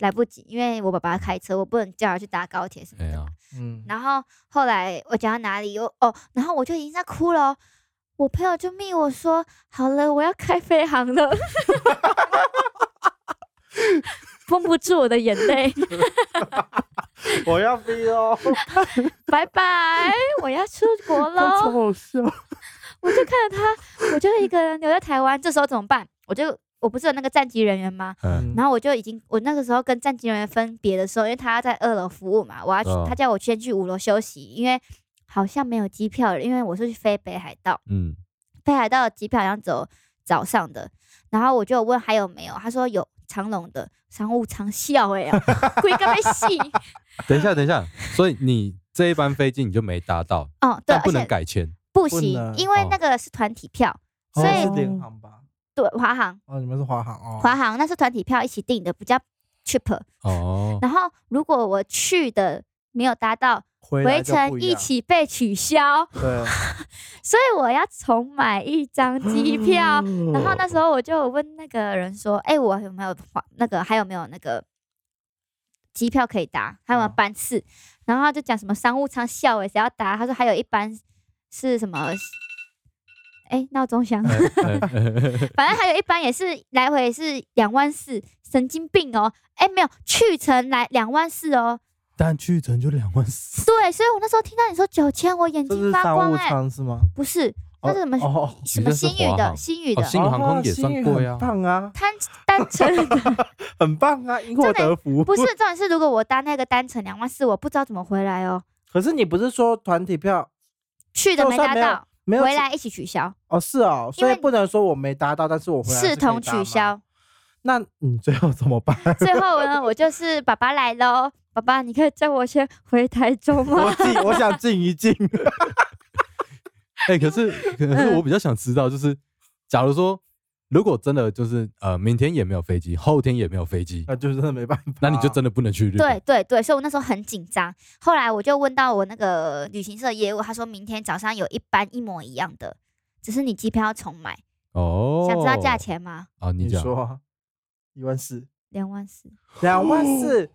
Speaker 1: 来不及，因为我爸爸开车，我不能叫他去搭高铁什么的
Speaker 3: 哎呀
Speaker 1: 嘛。，
Speaker 2: 嗯，
Speaker 1: 然后后来我讲到哪里，我哦，然后我就已经在哭了哦、我朋友就密我说：“好了，我要开飞航了。” [LAUGHS] 绷不住我的眼泪， [LAUGHS]
Speaker 2: 我要飞哦，
Speaker 1: 拜拜，我要出
Speaker 3: [LAUGHS]
Speaker 1: 国喽
Speaker 2: [LAUGHS] 超！好笑。
Speaker 1: 我就看着他，我就一个人留在台湾，这时候怎么办？我就我不是有那个战机人员吗？
Speaker 3: 嗯，
Speaker 1: 然后我就已经，我那个时候跟战机人员分别的时候，因为他要在二楼服务嘛，我要去，
Speaker 3: 哦
Speaker 1: 他叫我先去五楼休息，因为好像没有机票了，因为我是去飞北海道，
Speaker 3: 嗯，
Speaker 1: 北海道的机票好像只有早上的，然后我就问还有没有，他说有长龙的，商务舱笑哎
Speaker 3: [LAUGHS]
Speaker 1: 呀，贵个被戏
Speaker 3: 等一下，等一下，所以你这一班飞机你就没搭到，
Speaker 1: 哦，对，
Speaker 3: 但
Speaker 1: 而
Speaker 3: 不能
Speaker 1: 且
Speaker 3: 改签，
Speaker 1: 不
Speaker 2: 不
Speaker 1: 行，
Speaker 2: 能
Speaker 1: 因为
Speaker 3: 哦
Speaker 1: 那个是团体票，所
Speaker 2: 哦
Speaker 1: 以
Speaker 2: 是联航吧？
Speaker 1: 对华航。
Speaker 2: 哦，你们是华航哦，
Speaker 1: 华航那是团体票一起订的，比较 cheap。
Speaker 3: 哦，
Speaker 1: 然后如果我去的没有搭到，
Speaker 2: 回来
Speaker 1: 回
Speaker 2: 就不
Speaker 1: 程
Speaker 2: 一
Speaker 1: 一
Speaker 2: 样
Speaker 1: 起被取消， [LAUGHS]
Speaker 2: 对，
Speaker 1: 所以我要重买一张机
Speaker 2: [LAUGHS]
Speaker 1: 票。然后那时候我就问那个人说：“哎、我有没有华那个还有没有那个机票可以搭？还有没有
Speaker 2: 嗯
Speaker 1: 班次？”然后他就讲什么商务舱笑诶，谁要搭？他说还有一班是什么？哎，闹钟
Speaker 2: [LAUGHS]
Speaker 1: 响，反正还有一班也是来回是两万四，神经病哦！哎，没有去程来两万四哦，
Speaker 3: 但去程就两万四，
Speaker 1: 对，所以我那时候听到你说九千，我眼
Speaker 2: 这
Speaker 1: 睛
Speaker 2: 是
Speaker 1: 发
Speaker 2: 商
Speaker 1: 光
Speaker 2: 务
Speaker 1: 哎、
Speaker 2: 舱是吗？
Speaker 1: 不是，那是什么、
Speaker 2: 哦，
Speaker 1: 什
Speaker 3: 你
Speaker 1: 么
Speaker 3: 这是
Speaker 1: 新宇
Speaker 3: 华
Speaker 1: 的
Speaker 3: 航
Speaker 1: 新宇
Speaker 3: 哦
Speaker 1: 的
Speaker 3: 新宇航空也
Speaker 2: 哦
Speaker 3: 算
Speaker 2: 新宇
Speaker 3: 贵
Speaker 2: 很
Speaker 3: 啊
Speaker 2: 棒啊，
Speaker 1: 单单
Speaker 3: [LAUGHS]
Speaker 1: 程的
Speaker 2: 很棒啊，因祸
Speaker 1: 真的
Speaker 2: 得福。
Speaker 1: 不是重点是，如果我搭那个单程两万四，我不知道怎么回来哦，
Speaker 2: 可是你不是说团体票
Speaker 1: 去的
Speaker 2: 就
Speaker 1: 没
Speaker 2: 算
Speaker 1: 搭
Speaker 2: 没有
Speaker 1: 到，
Speaker 2: 没有
Speaker 1: 回来一起取消，
Speaker 2: 哦？是哦，
Speaker 1: 因
Speaker 2: 所以
Speaker 1: 为
Speaker 2: 不能说我没达到，但是我回来
Speaker 1: 视
Speaker 2: 是可以
Speaker 1: 同
Speaker 2: 搭吗
Speaker 1: 取消。。
Speaker 2: 那你最后怎
Speaker 1: [LAUGHS]
Speaker 2: 么办？
Speaker 1: 最后呢，我就是爸爸来喽，爸爸，你可以叫我先回台中吗？
Speaker 2: 我静，我想静一静。
Speaker 3: 哎、可是可
Speaker 1: 嗯
Speaker 3: 是我比较想知道，就是假如说，如果真的就是呃，明天也没有飞机，后天也没有飞机，
Speaker 2: 那就真的没办法。啊
Speaker 3: 那你就真的不能去日
Speaker 1: [LAUGHS] 哦对
Speaker 3: 本。
Speaker 1: 对对，所以我那时候很紧张。后来我就问到我那个旅行社业务，他说明天早上有一班一模一样的，只是你机票要重买。
Speaker 3: 哦，
Speaker 1: 想知道价钱吗？
Speaker 3: 啊？你
Speaker 2: 你
Speaker 3: 讲
Speaker 2: 说啊一万四，
Speaker 1: 两万四，
Speaker 2: 两万
Speaker 3: 哦
Speaker 2: 四，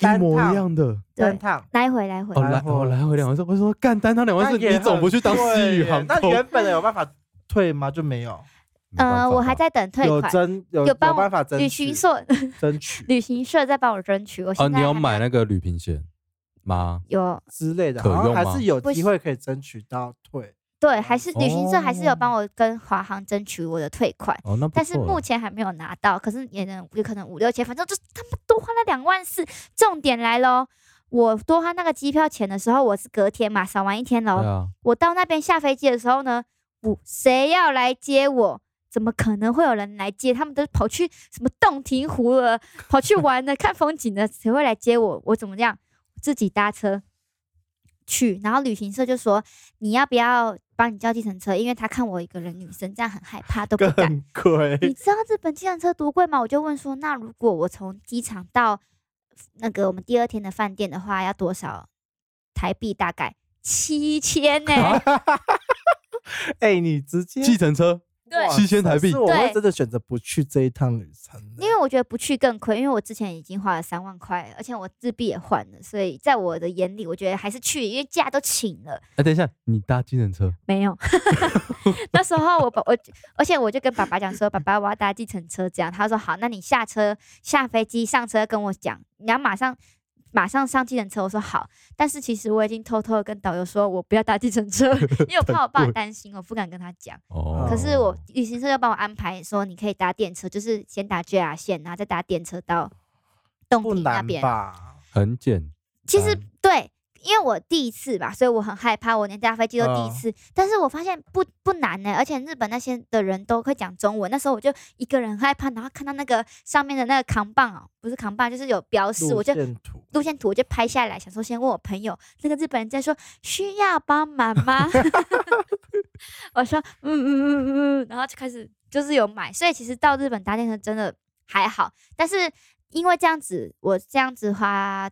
Speaker 3: 一模一样的
Speaker 1: 对
Speaker 2: 单，趟。
Speaker 1: 来回来回
Speaker 3: 哦，
Speaker 2: 然
Speaker 3: 来
Speaker 2: 后
Speaker 3: 哦来回两万四，我说干单趟两万
Speaker 2: 那
Speaker 3: 四，
Speaker 2: 也
Speaker 3: 你总不去当
Speaker 2: 很
Speaker 3: 西
Speaker 2: 贵
Speaker 3: 语
Speaker 2: 耶
Speaker 3: 航
Speaker 2: 那
Speaker 3: 空？
Speaker 2: 原本的有办法退吗？就没有，
Speaker 3: 没办
Speaker 1: 呃，
Speaker 3: 法
Speaker 1: 我还
Speaker 3: 吧
Speaker 1: 在 [LAUGHS] 等退
Speaker 2: 有
Speaker 1: 款，
Speaker 2: 争有
Speaker 1: 有帮我
Speaker 2: 办法争
Speaker 1: 旅
Speaker 2: 取
Speaker 1: 行社 [LAUGHS]
Speaker 2: 争取
Speaker 1: 旅行社在帮我争取。我现
Speaker 3: 哦，
Speaker 1: 在
Speaker 3: 你要
Speaker 1: 还
Speaker 3: 买
Speaker 1: 没
Speaker 3: 那个旅行险吗？
Speaker 1: 有
Speaker 2: 之类的，
Speaker 3: 可
Speaker 2: 好像
Speaker 3: 用
Speaker 2: 还
Speaker 3: 吗
Speaker 2: 是有
Speaker 1: 不
Speaker 2: 机
Speaker 1: 行
Speaker 2: 会可以争取到
Speaker 3: [LAUGHS]
Speaker 2: 退。
Speaker 1: 对，还是旅行社还是有
Speaker 3: 哦
Speaker 1: 帮我跟华航争取我的退款。
Speaker 3: 哦，那不
Speaker 1: 但是
Speaker 3: 错
Speaker 1: 目
Speaker 3: 了
Speaker 1: 前还没有拿到，可是也能有可能五六千，反正就是他们多花了两万四。重点来喽，我多花那个机票钱的时候，我是隔天嘛，扫完一天喽。
Speaker 3: 对啊，
Speaker 1: 我到那边下飞机的时候呢，我谁要来接我？怎么可能会有人来接？他们都跑去什么洞庭湖了，跑去玩了，看风景的，谁会来接我？我怎么样？自己搭车去，然后旅行社就说你要不要帮你叫计程车？因为他看我一个人女生这样很害怕，都不敢。
Speaker 2: 更贵，
Speaker 1: 你知道日本计程车多贵吗？我就问说，那如果我从机场到那个我们第二天的饭店的话，要多少台币？大概七千呢？
Speaker 2: 哎，你直接
Speaker 3: 计程车
Speaker 1: 对
Speaker 2: 哇
Speaker 3: 7000
Speaker 2: 塞
Speaker 3: 台币
Speaker 2: 是我会
Speaker 1: 对
Speaker 2: 真的选择不去这一趟旅程的，
Speaker 1: 因为我觉得不去更亏，因为我之前已经花了三万块，而且我日币也换了，所以在我的眼里，我觉得还是去，因为假都请了。
Speaker 3: 哎，等一下，你搭计程车，
Speaker 1: 没有， [LAUGHS] 那时候我爸我，而且我就跟爸爸讲说，爸爸我要搭计程车，这样他说好，那你下车下飞机上车跟我讲，你要马上马上上计程车，我说好，但是其实我已经偷偷的跟导游说我不要搭计程车， [LAUGHS] 因为我怕我爸担心，我不敢跟他讲。
Speaker 3: 哦，
Speaker 1: 可
Speaker 2: 嗯
Speaker 1: 是我旅行社就帮我安排说，你可以搭电车，就是先搭 JR 线，然后再搭电车到洞
Speaker 2: 不
Speaker 1: 庭那
Speaker 2: 难
Speaker 1: 边。
Speaker 2: 吧？
Speaker 3: 很简，
Speaker 1: 其实
Speaker 3: 单
Speaker 1: 对，因为我第一次吧，所以我很害怕，我连搭飞机都第一
Speaker 2: 嗯
Speaker 1: 次。但是我发现不不难呢、而且日本那些的人都会讲中文。那时候我就一个人很害怕，然后看到那个上面的那个扛棒哦，不是扛棒，就是有标示，
Speaker 2: 路
Speaker 1: 我就
Speaker 2: 线图
Speaker 1: 路线图我就拍下来，想说先问我朋友，那个日本人在说需要帮忙吗？ [LAUGHS] 我说嗯嗯嗯嗯，嗯，然后就开始就是有买，所以其实到日本搭电车真的还好，但是因为这样子，我这样子花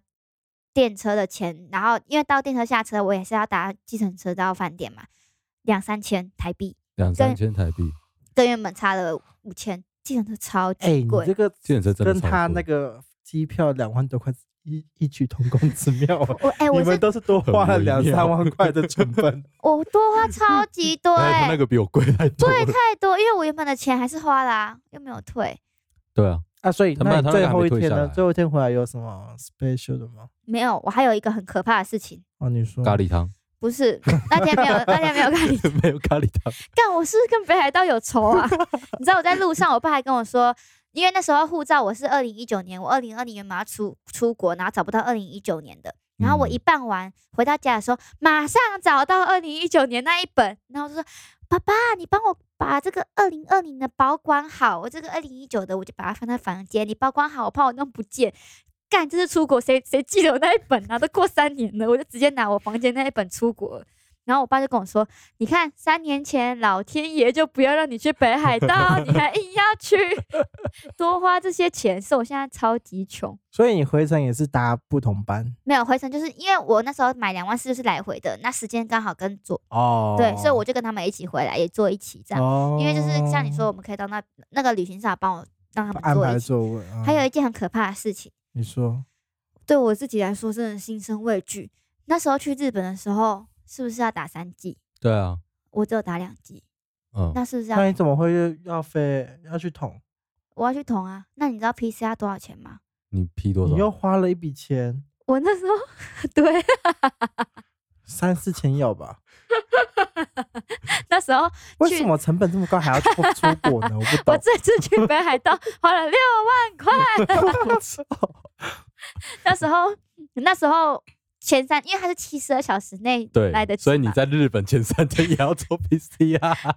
Speaker 1: 电车的钱，然后因为到电车下车，我也是要搭计程车到饭店嘛，两三千台币，
Speaker 3: 两三千台币，
Speaker 1: 跟原本差了五千，计程车超
Speaker 2: 哎，
Speaker 1: 级
Speaker 2: 你
Speaker 1: 贵。！
Speaker 2: 这个
Speaker 3: 计程车真的
Speaker 2: 跟
Speaker 3: 超
Speaker 2: 他
Speaker 3: 贵
Speaker 2: 那个机票两万多块异异曲同工之妙啊
Speaker 1: 我 [LAUGHS] 哎、
Speaker 2: 你
Speaker 1: 我
Speaker 2: 们
Speaker 1: 是
Speaker 2: 都是多
Speaker 3: 很
Speaker 2: 花了
Speaker 3: 微
Speaker 2: 两
Speaker 3: 妙
Speaker 2: 三万块的成
Speaker 3: [LAUGHS]
Speaker 2: 本，
Speaker 1: 我多花超级
Speaker 2: [LAUGHS]
Speaker 1: 多、
Speaker 3: 哎
Speaker 1: 哎。
Speaker 3: 他那个比我贵太多了，
Speaker 1: 太多，因为我原本的钱还是花啦、又没有退，
Speaker 3: 对啊，
Speaker 2: 啊，所以
Speaker 3: 他
Speaker 2: 那
Speaker 3: 们
Speaker 2: 你
Speaker 3: 他那
Speaker 2: 最
Speaker 3: 个还没
Speaker 2: 后一
Speaker 3: 退
Speaker 2: 天
Speaker 3: 下
Speaker 2: 呢？
Speaker 3: 来
Speaker 2: 最后一天回来有什么 special 的吗？
Speaker 1: 没有。我还有一个很可怕的事情，
Speaker 2: 哦，你说
Speaker 3: 咖
Speaker 2: [LAUGHS]
Speaker 3: 喱汤
Speaker 1: 不是那天没有，那天没有看你
Speaker 3: 没有咖喱 [LAUGHS] 汤，
Speaker 1: 干，我是不是跟北海道有仇啊！ [LAUGHS] 你知道我在路上，我爸还跟我说，因为那时候护照我是二零一九年，我二零二零年马上出出国，然后找不到二零一九年的。然后我
Speaker 3: 嗯
Speaker 1: 一办完回到家的时候，马上找到二零一九年那一本，然后我就说：“爸爸，你帮我把这个二零二零的保管好，我这个二零一九的我就把它放在房间，你保管好，我怕我弄不见。”干，这是出国，谁谁记得我那一本啊？都过三年了，我就直接拿我房间那一本出国了。然后我爸就跟我说：“你看，三年前老天爷就不要让你去北海道，你还硬要 [LAUGHS] 去，多花这些钱，是我现在超级穷。”
Speaker 2: 所以你回程也是搭不同班
Speaker 1: 没有回程，就是因为我那时候买两万四就是来回的，那时间刚好跟左
Speaker 2: 哦
Speaker 1: 对，所以我就跟他们一起回来，也坐一起这样。
Speaker 2: 哦
Speaker 1: 啊因为就是像你说，我们可以到那那个旅行社帮我让他们
Speaker 2: 安
Speaker 1: 坐啊一
Speaker 2: 排
Speaker 1: 起。
Speaker 2: 座位，嗯
Speaker 1: 还有一件很可怕的事情，
Speaker 2: 你说
Speaker 1: 对我自己来说真的心生畏惧。那时候去日本的时候，是不是要打三剂？
Speaker 3: 对啊，
Speaker 1: 我只有打两剂，
Speaker 3: 嗯，
Speaker 1: 哦那是不是啊要
Speaker 2: 那你怎么会要飞要去捅？
Speaker 1: 我要去捅啊？那你知道 PCR 多少钱吗？
Speaker 3: 你 P 多
Speaker 2: 你又
Speaker 3: 少？
Speaker 2: 花了一笔钱，
Speaker 1: 我那时候 [LAUGHS] 对，
Speaker 2: 三四千有吧？
Speaker 1: 那时候
Speaker 2: 为什么成本这么高还要出出国呢？我不
Speaker 1: [LAUGHS] 我
Speaker 2: 懂。
Speaker 1: 这次去北海道花了六万块。 [LAUGHS]
Speaker 2: [LAUGHS]
Speaker 1: 那时候那时候前三，因为它是七十二小时内
Speaker 3: 对
Speaker 1: 来得，及
Speaker 3: 所以你
Speaker 1: 嘛
Speaker 3: 在日本前三天也要做 [LAUGHS] PCR，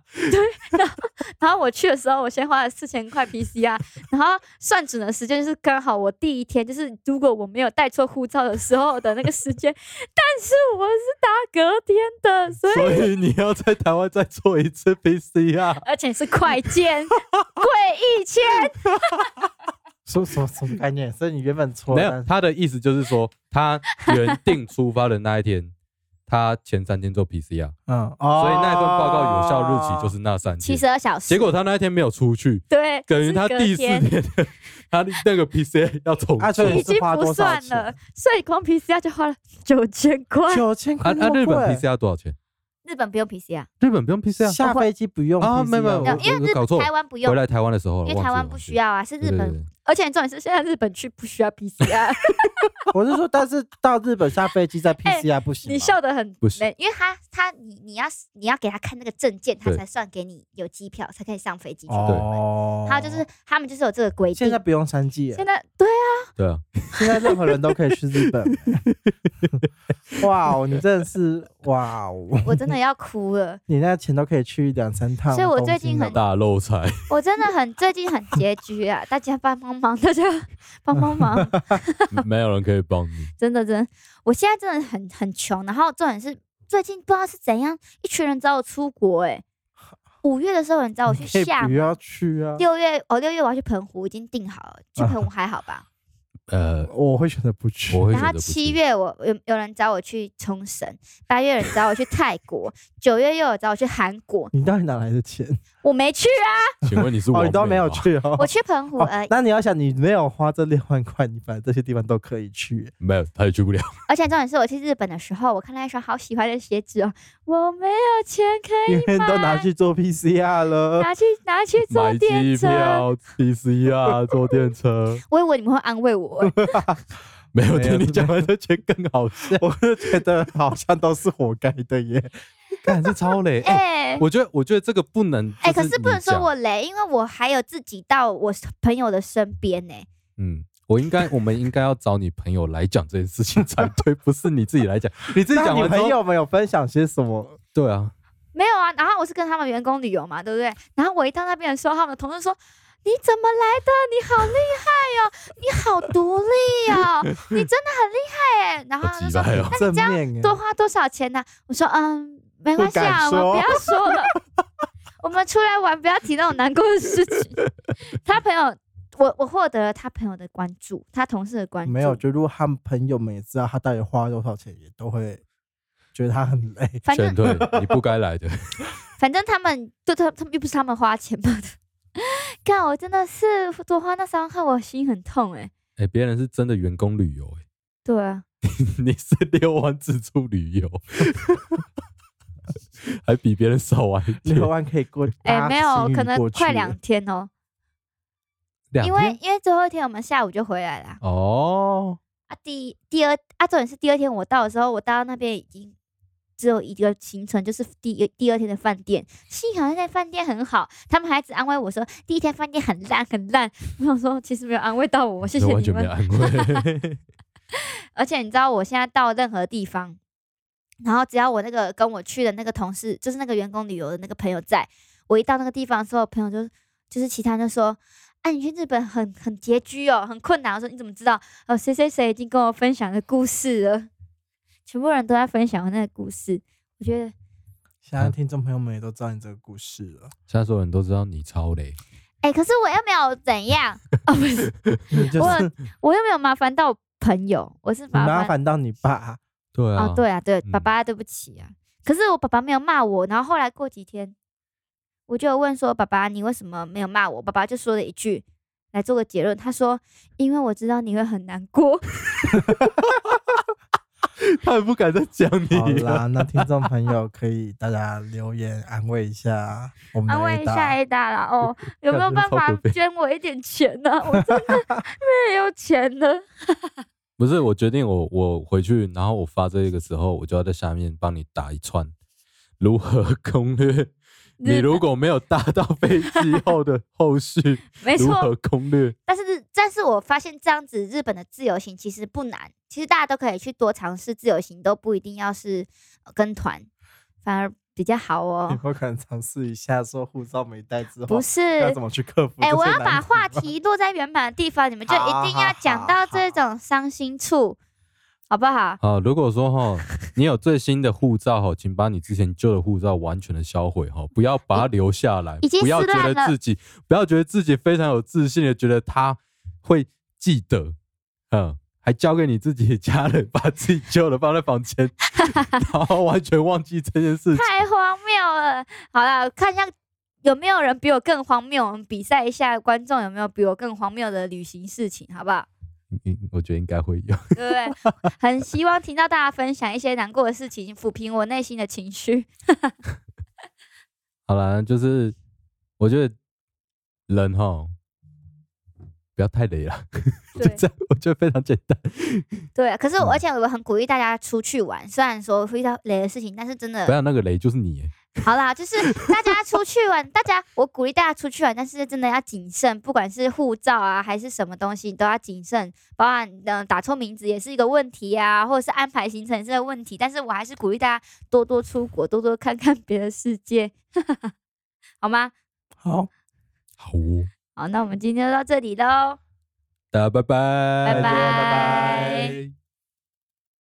Speaker 1: 然后我去的时候，我先花了四千块 PCR，然 [LAUGHS] 后算准的时间就是刚好我第一天，就是如果我没有带错护照的时候的那个时间，但是我是搭隔天的， [LAUGHS] 所以
Speaker 3: 所以你要在台湾再做一次 PCR。
Speaker 1: 而且是快 [LAUGHS] 件，贵一千，
Speaker 2: 什么什么什么概念？所以你原本错
Speaker 3: 没
Speaker 2: 了
Speaker 3: 有，，他的意思就是说，他原定出发的那一天， [LAUGHS] 他前三天做 PCR，
Speaker 2: 嗯，哦
Speaker 3: 所以那一份报告有效日期就是那三
Speaker 1: 七
Speaker 3: 天。
Speaker 1: 十二小时。
Speaker 3: 结果他那一天没有出去，
Speaker 1: 对，
Speaker 3: 等于
Speaker 1: 哦是
Speaker 3: 他
Speaker 1: 隔
Speaker 3: 第四
Speaker 1: 天
Speaker 3: 天， [LAUGHS] 他那个 PCR 要重
Speaker 2: 啊所
Speaker 3: 做
Speaker 2: 以
Speaker 1: 已经
Speaker 2: 是花
Speaker 1: 不
Speaker 2: 多少
Speaker 1: 算
Speaker 2: 钱
Speaker 1: 了，所以光 PCR 就花了九千块。
Speaker 2: 九千
Speaker 3: 啊
Speaker 2: 块那
Speaker 3: 啊！
Speaker 2: 么
Speaker 3: 日本
Speaker 2: 贵
Speaker 3: PCR 多少钱？
Speaker 1: 日本不用 PCR，
Speaker 3: 日本不用 PCR
Speaker 2: 下哦飞机不用
Speaker 3: 啊没有没有
Speaker 2: PCR
Speaker 3: 我
Speaker 1: 因为日
Speaker 3: 搞
Speaker 1: 本
Speaker 3: 错了
Speaker 1: 台湾不用
Speaker 3: 回，来台湾的时候了，
Speaker 1: 因为
Speaker 3: 忘记
Speaker 1: 台
Speaker 3: 了
Speaker 1: 湾不需，要啊，是
Speaker 3: 忘记
Speaker 1: 日
Speaker 3: 了对
Speaker 1: 本
Speaker 3: 对对
Speaker 1: 而且重点是现在日本去不需要 PCR，
Speaker 3: [LAUGHS]
Speaker 2: 我是说，但是到日本下飞机再 PCR 不行吗。
Speaker 1: 你笑得很
Speaker 3: 不行
Speaker 1: 没因为他他你你要你要给他看那个证件，他
Speaker 3: 对
Speaker 1: 才算给你有机票，才可以上飞机去。
Speaker 2: 哦，
Speaker 1: 他就是他们就是有这个规定
Speaker 2: 现在。不用三 G，
Speaker 1: 现在对啊，
Speaker 3: 对啊，
Speaker 2: 现在任何人都可以去日 [LAUGHS] 本。哇哦，你真的是哇哦，，
Speaker 1: 我真的要哭了
Speaker 2: 你那钱都可以去两三趟。
Speaker 1: 所以我最近很
Speaker 3: 大漏财。
Speaker 1: [LAUGHS] 我真的很最近很拮据啊，大家帮帮忙，大家帮帮忙，
Speaker 3: 没有人可以帮你。
Speaker 1: 真的真的，我现在真的很很穷，然后重点是最近不知道是怎样，一群人找我出国、
Speaker 3: [LAUGHS]
Speaker 1: 欸，五月的时候有人找我
Speaker 2: 我
Speaker 1: 去厦
Speaker 2: 不
Speaker 1: 门，
Speaker 2: 要去啊，
Speaker 1: 六月哦六月我要去澎湖，已经订好了，去澎湖
Speaker 3: [LAUGHS]
Speaker 1: 还好吧？
Speaker 3: 呃，
Speaker 2: 我会选择不去。
Speaker 3: 我会
Speaker 1: 然
Speaker 3: 选择
Speaker 1: 后
Speaker 3: 不
Speaker 1: 七
Speaker 3: 去。
Speaker 1: 月我有有人找我去冲绳，八月有人找我去泰国，九月又有找我去韩国，
Speaker 2: 你到底哪来的钱？
Speaker 1: 我没去啊，
Speaker 3: [LAUGHS] 请问你是我
Speaker 2: 哦，你都没有？
Speaker 3: 啊
Speaker 2: 去哦。
Speaker 1: 我去澎湖
Speaker 2: 哦
Speaker 1: 而已。
Speaker 2: 那你要想，你没有花这六万块，你反正这些地方都可以去。
Speaker 3: 没有，他也去不了。
Speaker 1: 而且重点是我去日本的时候，我看到一双好喜欢的鞋子哦，我没有钱可以啊
Speaker 2: 因为都拿去做 PCR
Speaker 1: [LAUGHS]
Speaker 2: 了，
Speaker 1: 拿去拿去 [LAUGHS] 坐
Speaker 3: 买
Speaker 1: 电
Speaker 3: 机
Speaker 1: 车。
Speaker 3: 票、PCR、坐
Speaker 1: [LAUGHS]
Speaker 3: 电车，
Speaker 1: 我以为你们会安慰
Speaker 3: [LAUGHS]
Speaker 1: 我欸、
Speaker 2: 没
Speaker 3: 没有
Speaker 2: 有，
Speaker 3: 听你讲完这钱更好笑
Speaker 2: 我就觉得好像都是活该的耶。
Speaker 3: 感是超雷。哎，
Speaker 1: [LAUGHS] 哎、
Speaker 3: 我觉得，我觉得这个不能。
Speaker 1: 哎、
Speaker 3: 就
Speaker 1: 可是不
Speaker 3: 你
Speaker 1: 能说
Speaker 3: 讲
Speaker 1: 我雷，因为我还有自己到我朋友的身边呢、
Speaker 3: 嗯，我应该，我们应该要找你朋友来讲这件事情才
Speaker 1: [LAUGHS]
Speaker 3: 对，不是你自己来讲。你自己
Speaker 2: 那
Speaker 3: 讲
Speaker 2: 你
Speaker 3: 完之
Speaker 2: 朋
Speaker 3: 后，
Speaker 2: 友们有分享些什么？
Speaker 3: 对啊，
Speaker 1: 没有啊，然后我是跟他们员工旅游嘛，对不对？然后我一到那边的时候，他们的同事说：“你怎么来的？你好厉害哦，你好独立哦，你真的很厉害哎。”然后他
Speaker 3: 好
Speaker 1: 们
Speaker 3: 鸡
Speaker 1: 就说
Speaker 3: 掰哦。
Speaker 2: 正面耶
Speaker 1: 多花多少钱呢、我说：“嗯，没关系啊，我们
Speaker 2: 不敢说
Speaker 1: 不要说了， [LAUGHS] 我们出来玩不要提那种难过的事情。” [LAUGHS] 他朋友，我我获得了他朋友的关注，他同事的关注，
Speaker 2: 没有，就如果他们朋友们也知道他到底花了多少钱，也都会觉得他很
Speaker 1: [LAUGHS]
Speaker 2: 累。
Speaker 1: 反正
Speaker 3: 全对，你不该来的。 [LAUGHS]
Speaker 1: 反正他们对他他们又不是他们花钱嘛的。 [LAUGHS] 干，我真的是多花那三万块，我心很痛哎、
Speaker 3: 哎，别人是真的员工旅游，哎，
Speaker 1: 对啊，
Speaker 3: 你是六万自助旅游，还比别人少玩一天
Speaker 2: 六万可以过，
Speaker 1: [LAUGHS] 哎、
Speaker 2: 搭
Speaker 1: 没有
Speaker 2: 行，宇
Speaker 1: 可能
Speaker 2: 过去
Speaker 1: 快两天哦，
Speaker 3: 两
Speaker 1: 因为因为最后一天我们下午就回来啦。
Speaker 3: 哦，
Speaker 1: 啊，第第二啊，重点是第二天我到的时候，我到那边已经只有一个行程，就是第一第二天的饭店。幸好那间饭店很好，他们还只安慰我说第一天饭店很烂很烂。 [LAUGHS] 我想说其实没有安慰到我，谢
Speaker 3: 这
Speaker 1: 谢
Speaker 3: 完
Speaker 1: 你
Speaker 3: 全没
Speaker 1: 们
Speaker 3: 有。安慰。
Speaker 1: 而且你知道，我现在到任何地方，然后只要我那个跟我去的那个同事，就是那个员工旅游的那个朋友在，我一到那个地方的时候，朋友就就是其他人就说：“哎、你去日本很很拮据哦，很困难。”我说：“你怎么知道？哦，谁谁谁已经跟我分享的故事了，全部人都在分享我那个故事。”我觉得，[LAUGHS]
Speaker 2: 现在听众朋友们也都知道你这个故事了，
Speaker 3: [LAUGHS] 现在所有人都知道你超雷，
Speaker 1: 哎、可是我又没有怎样 [LAUGHS] 哦，不是，
Speaker 2: 你就
Speaker 1: 我
Speaker 2: 是
Speaker 1: 我又没有麻烦到朋友，我是麻
Speaker 2: 麻
Speaker 1: 烦
Speaker 2: 烦到你爸，
Speaker 3: 对啊，
Speaker 1: 哦，对啊，对，爸
Speaker 3: 嗯
Speaker 1: 爸对不起啊。可是我爸爸没有骂我，然后后来过几天，我就有问说：“爸爸，你为什么没有骂我？”爸爸就说了一句，来做个结论，他说：“因为我知道你会很难过。
Speaker 3: 他也不敢再讲
Speaker 2: 好
Speaker 3: 你了。
Speaker 2: 啦，那听众朋友可以大家留言安慰一下我们
Speaker 1: 安
Speaker 2: 的
Speaker 1: 慰
Speaker 2: A
Speaker 1: 一
Speaker 2: 大 [LAUGHS]
Speaker 1: 下 A 大啦哦，有没有
Speaker 3: 真的
Speaker 1: 办
Speaker 3: 超
Speaker 1: 法
Speaker 3: 可悲
Speaker 1: 捐我一点钱呢、我真的没有钱了。
Speaker 3: 不是，我决定我我回去，然后我发这个时候，我就要在下面帮你打一串如何攻略。你如果没有搭到飞机后的后续，
Speaker 1: [LAUGHS] 没
Speaker 3: 如何
Speaker 1: 错，
Speaker 3: 攻略？
Speaker 1: 但是但是我发现这样子日本的自由行其实不难，其实大家都可以去多尝试自由行，都不一定要是呃跟团，反而比较好
Speaker 2: 有
Speaker 1: 哦。
Speaker 2: 没有可能尝试一下说护照没带之后
Speaker 1: 不
Speaker 2: [LAUGHS] 要
Speaker 1: 是
Speaker 2: 怎，么去克服这
Speaker 1: 哎、
Speaker 2: 些难题吗？
Speaker 1: 我要把话题落在原本的地方，你们就
Speaker 2: 好
Speaker 1: 一定要
Speaker 2: 好
Speaker 1: 讲到这
Speaker 2: 好
Speaker 1: 种伤心处，好不好？
Speaker 3: 啊，如果
Speaker 1: [LAUGHS]
Speaker 3: 说哈，你有最新的护照哈，请把你之前旧的护照完全的销毁哈，不要把它留下来，
Speaker 1: 已经
Speaker 3: 不要
Speaker 1: 撕烂
Speaker 3: 觉得
Speaker 1: 了
Speaker 3: 自己，不要觉得自己非常有自信的觉得他会记得，嗯，还交给你自己的家人，把自己旧的放在房
Speaker 1: [LAUGHS]
Speaker 3: 间，然后完全忘记这件事情。
Speaker 1: 太荒谬了！好啦，看一下有没有人比我更荒谬，我们比赛一下观众有没有比我更荒谬的旅行事情，好不好？ [LAUGHS]
Speaker 3: 嗯，我觉得应该会有。
Speaker 1: 对不对？很希望听到大家分享一些难过的事情，抚平我内心的情
Speaker 2: [LAUGHS]
Speaker 1: 绪。
Speaker 3: 好啦，就是我觉得人哈，不要太累了， [LAUGHS] 就
Speaker 1: 对
Speaker 3: 这样，我觉得非常简单。
Speaker 1: 对，可是我
Speaker 3: 嗯
Speaker 1: 而且我很鼓励大家出去玩，虽然说遇到雷的事情，但是真的
Speaker 3: 不要那个雷就是你耶。
Speaker 1: 好啦，就是大家出去玩，大家我鼓励大家出去玩，但是真的要谨慎，不管是护照啊还是什么东西，你都要谨慎。包含嗯、呃打错名字也是一个问题啊，或者是安排行程也是个问题。但是我还是鼓励大家多多出国，多多看看别的世界， [LAUGHS] 好吗？
Speaker 2: 好，
Speaker 3: 好哦、
Speaker 1: 好，那我们今天就到这里喽，
Speaker 3: 大家拜拜，
Speaker 1: 拜
Speaker 2: 拜拜